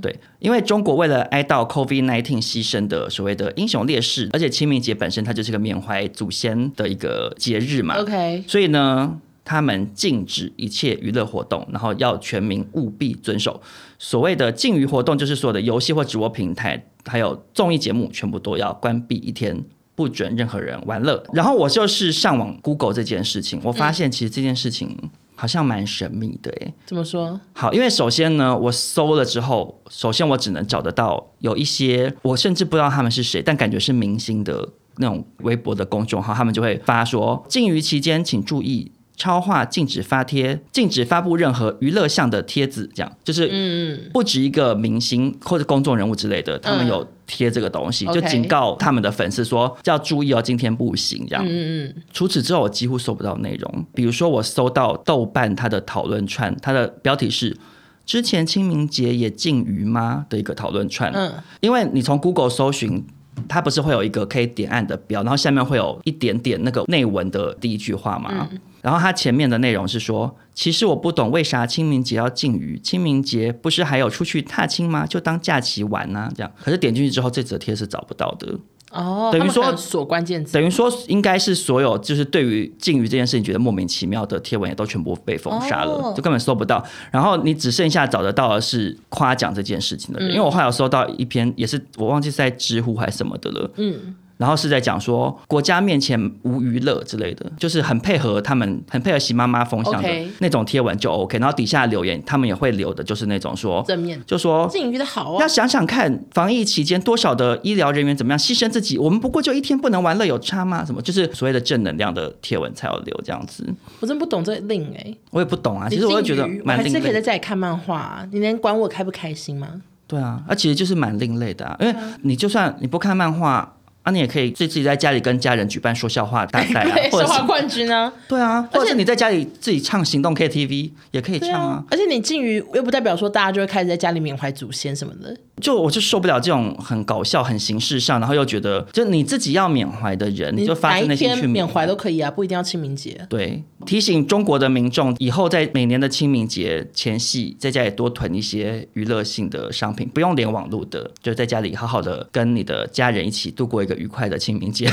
对，因为中国为了哀悼 COVID-19 牺牲的所谓的英雄烈士，而且清明节本身它就是个缅怀祖先的一个节日嘛 OK，所以呢，他们禁止一切娱乐活动，然后要全民务必遵守。所谓的禁娱活动，就是所有的游戏或直播平台，还有综艺节目，全部都要关闭一天。不准任何人玩乐。然后我就是上网 Google 这件事情，我发现其实这件事情好像蛮神秘的欸诶。怎么说？好，因为首先呢，我搜了之后，首先我只能找得到有一些我甚至不知道他们是谁，但感觉是明星的那种微博的公众号，他们就会发说，禁娱期间请注意。超话禁止发贴，禁止发布任何娱乐项的贴子，这样就是嗯，不止一个明星或者公众人物之类的，他们嗯有贴这个东西， OK 就警告他们的粉丝说要注意哦，今天不行这样。嗯嗯除此之后，我几乎搜不到内容。比如说，我搜到豆瓣它的讨论串，它的标题是“之前清明节也禁娱吗”的一个讨论串。嗯，因为你从 Google 搜寻，它不是会有一个可以点按的标，然后下面会有一点点那个内文的第一句话嘛。然后它前面的内容是说，其实我不懂为啥清明节要禁娱，清明节不啊是还有出去踏青吗？就当假期玩呐、这样。可是点进去之后，这则贴是找不到的。嗯哦，等于他们可说能锁关键字等于说，应该是所有就是对于禁娱这件事情觉得莫名其妙的贴文也都全部被封杀了，哦就根本搜不到。然后你只剩下找得到的是夸奖这件事情的嗯人，因为我后来有收到一篇，也是我忘记是在知乎还是什么的了，嗯。然后是在讲说国家面前无娱乐之类的，就是很配合他们，很配合习妈妈风向的 OK 那种贴文就 OK。然后底下留言他们也会留的，就是那种说，正面，就说禁娱的好啊要，想想看，防疫期间多少的医疗人员怎么样牺牲自己？我们不过就一天不能玩乐，有差吗？什么就是所谓的正能量的贴文才有留这样子，我真不懂这令哎、我也不懂啊。你其实我也禁觉得娱我蛮还另是可以类在的，家里看漫画、啊，你能管我开不开心吗？对啊，啊，其实就是蛮另类的啊。因为嗯你就算你不看漫画啊，你也可以自己在家里跟家人举办说笑话大赛啊， 对，或说者话是冠军啊，对啊，或者是你在家里自己唱行动 KTV 也可以对唱啊啊。，而且你禁娱又不代表说大家就会开始在家里缅怀祖先什么的，就我就受不了这种很搞笑、很形式上，然后又觉得就你自己要缅怀的人，你就发哪自一内心去天缅怀怀都可以啊，不一定要清明节。 对，提醒中国的民众，以后在每年的清明节前夕，在家里多囤一些娱乐性的商品，不用连网路的，就在家里好好的跟你的家人一起度过一个愉快的清明 节。因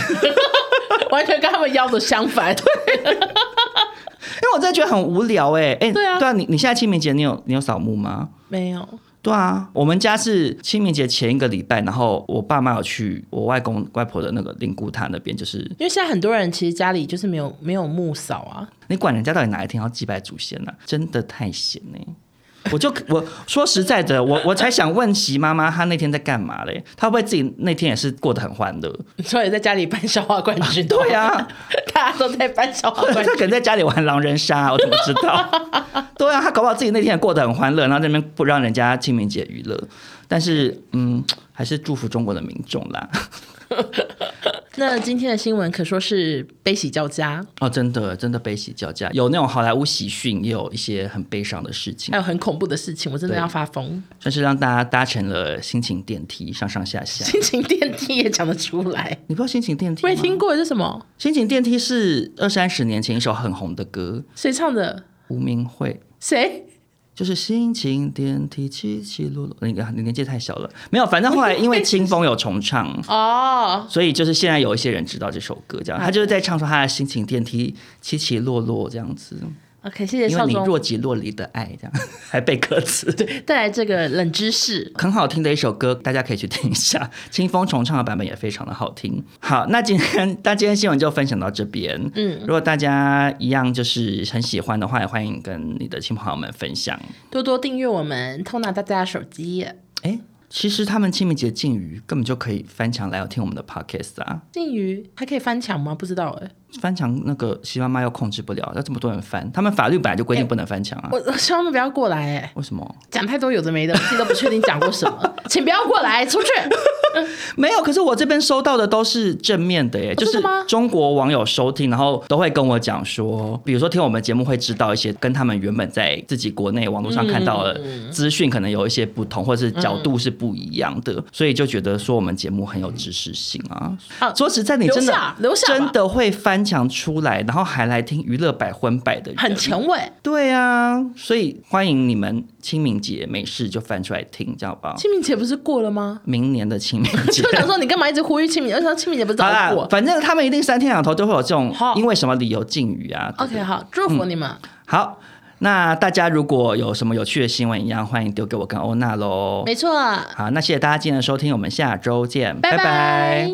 完全跟他们要的 相反。为我真的觉得很无聊哎、欸、哎、对啊对啊，你你现在清明节你有你有扫墓吗？没有，对啊，我们家是清明节前一个礼拜，然后我爸妈有去我外公外婆的那个灵骨塔那边，就是因为现在很多人其实家里就是没有没有木扫啊，你管人家到底哪一天要祭拜祖先呢、真的太闲呢、我就 我说实在的，我我才想问席妈妈，她那天在干嘛嘞？她会不会自己那天也是过得很欢乐？所以在家里办笑话冠军。对啊， 大家都在办笑话她 冠可军。能在家里玩狼人杀，我怎么知道？对啊，她搞不好自己那天也过得很欢乐，然后在那边不让人家清明节娱乐。但是，嗯，还是祝福中国的民众啦。 那今天的新闻可说是悲喜交加，哦，真的，真的悲喜交加，有那种好莱坞喜讯，也有一些很悲伤的事情还，有很恐怖的事情，我真的对要发疯。算是让大家搭乘了心情电梯，上上下下。心情电梯也讲得出 来，你不知道心情电梯吗？没听过这是什么？心情电梯是二三十年前一首很红的歌，谁唱的？无名会。谁？就是心情电梯起起落落，你你年纪太小了，没有。反正后来因为清风有重唱，哦，所以就是现在有一些人知道这首歌，这样他就是在唱说他的心情电梯起起落落这样子， OK，谢谢因为少你总若即若离的爱这样，还背歌词，对，带来这个冷知识。很好听的一首歌，大家可以去听一下。清风重唱的版本也非常的好听。好，那今天那今天新闻就分享到这边，嗯，如果大家一样就是很喜欢的话，也欢迎跟你的亲朋好友们分享。多多订阅我们，偷拿大家的手机。哎，其实他们清明节禁娱根本就可以翻墙来听我们的 podcast 啊，禁娱还可以翻墙吗？不知道哎、翻墙那个西妈妈又控制不了，要这么多人翻，他们法律本来就规定不能翻墙啊，我我希望他们不要过来哎、为什么？讲太多有的没的，我自己都不确定讲过什么， 请不要过来，出去。没有，可是我这边收到的都是正面的耶，就哦真是的吗中国网友收听，然后都会跟我讲说，比如说听我们节目会知道一些跟他们原本在自己国内网络上看到的资讯，可能有一些不同，或者是角度是不一样嗯的，所以就觉得说我们节目很有知识性啊。啊说实在，你真留的下留下吧真的会翻墙出来，然后还来听娱乐百分百的人，很前卫。对啊，所以欢迎你们清明节没事就翻出来听，知道吧？ 清明节不是过 了吗？明年的清明节 就。想说你干嘛一直呼吁清明？而且清明节不是好早啦，过反正他们一定三天两头都会有这种好因为什么理由禁语啊。对不？OK，对好，祝福你们。好，那大家如果有什么有趣的新闻一样，欢迎丢给我跟欧娜喽。没错，好，那谢谢大家今天的收听，我们下周见，拜拜拜。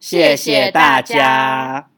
谢谢大家。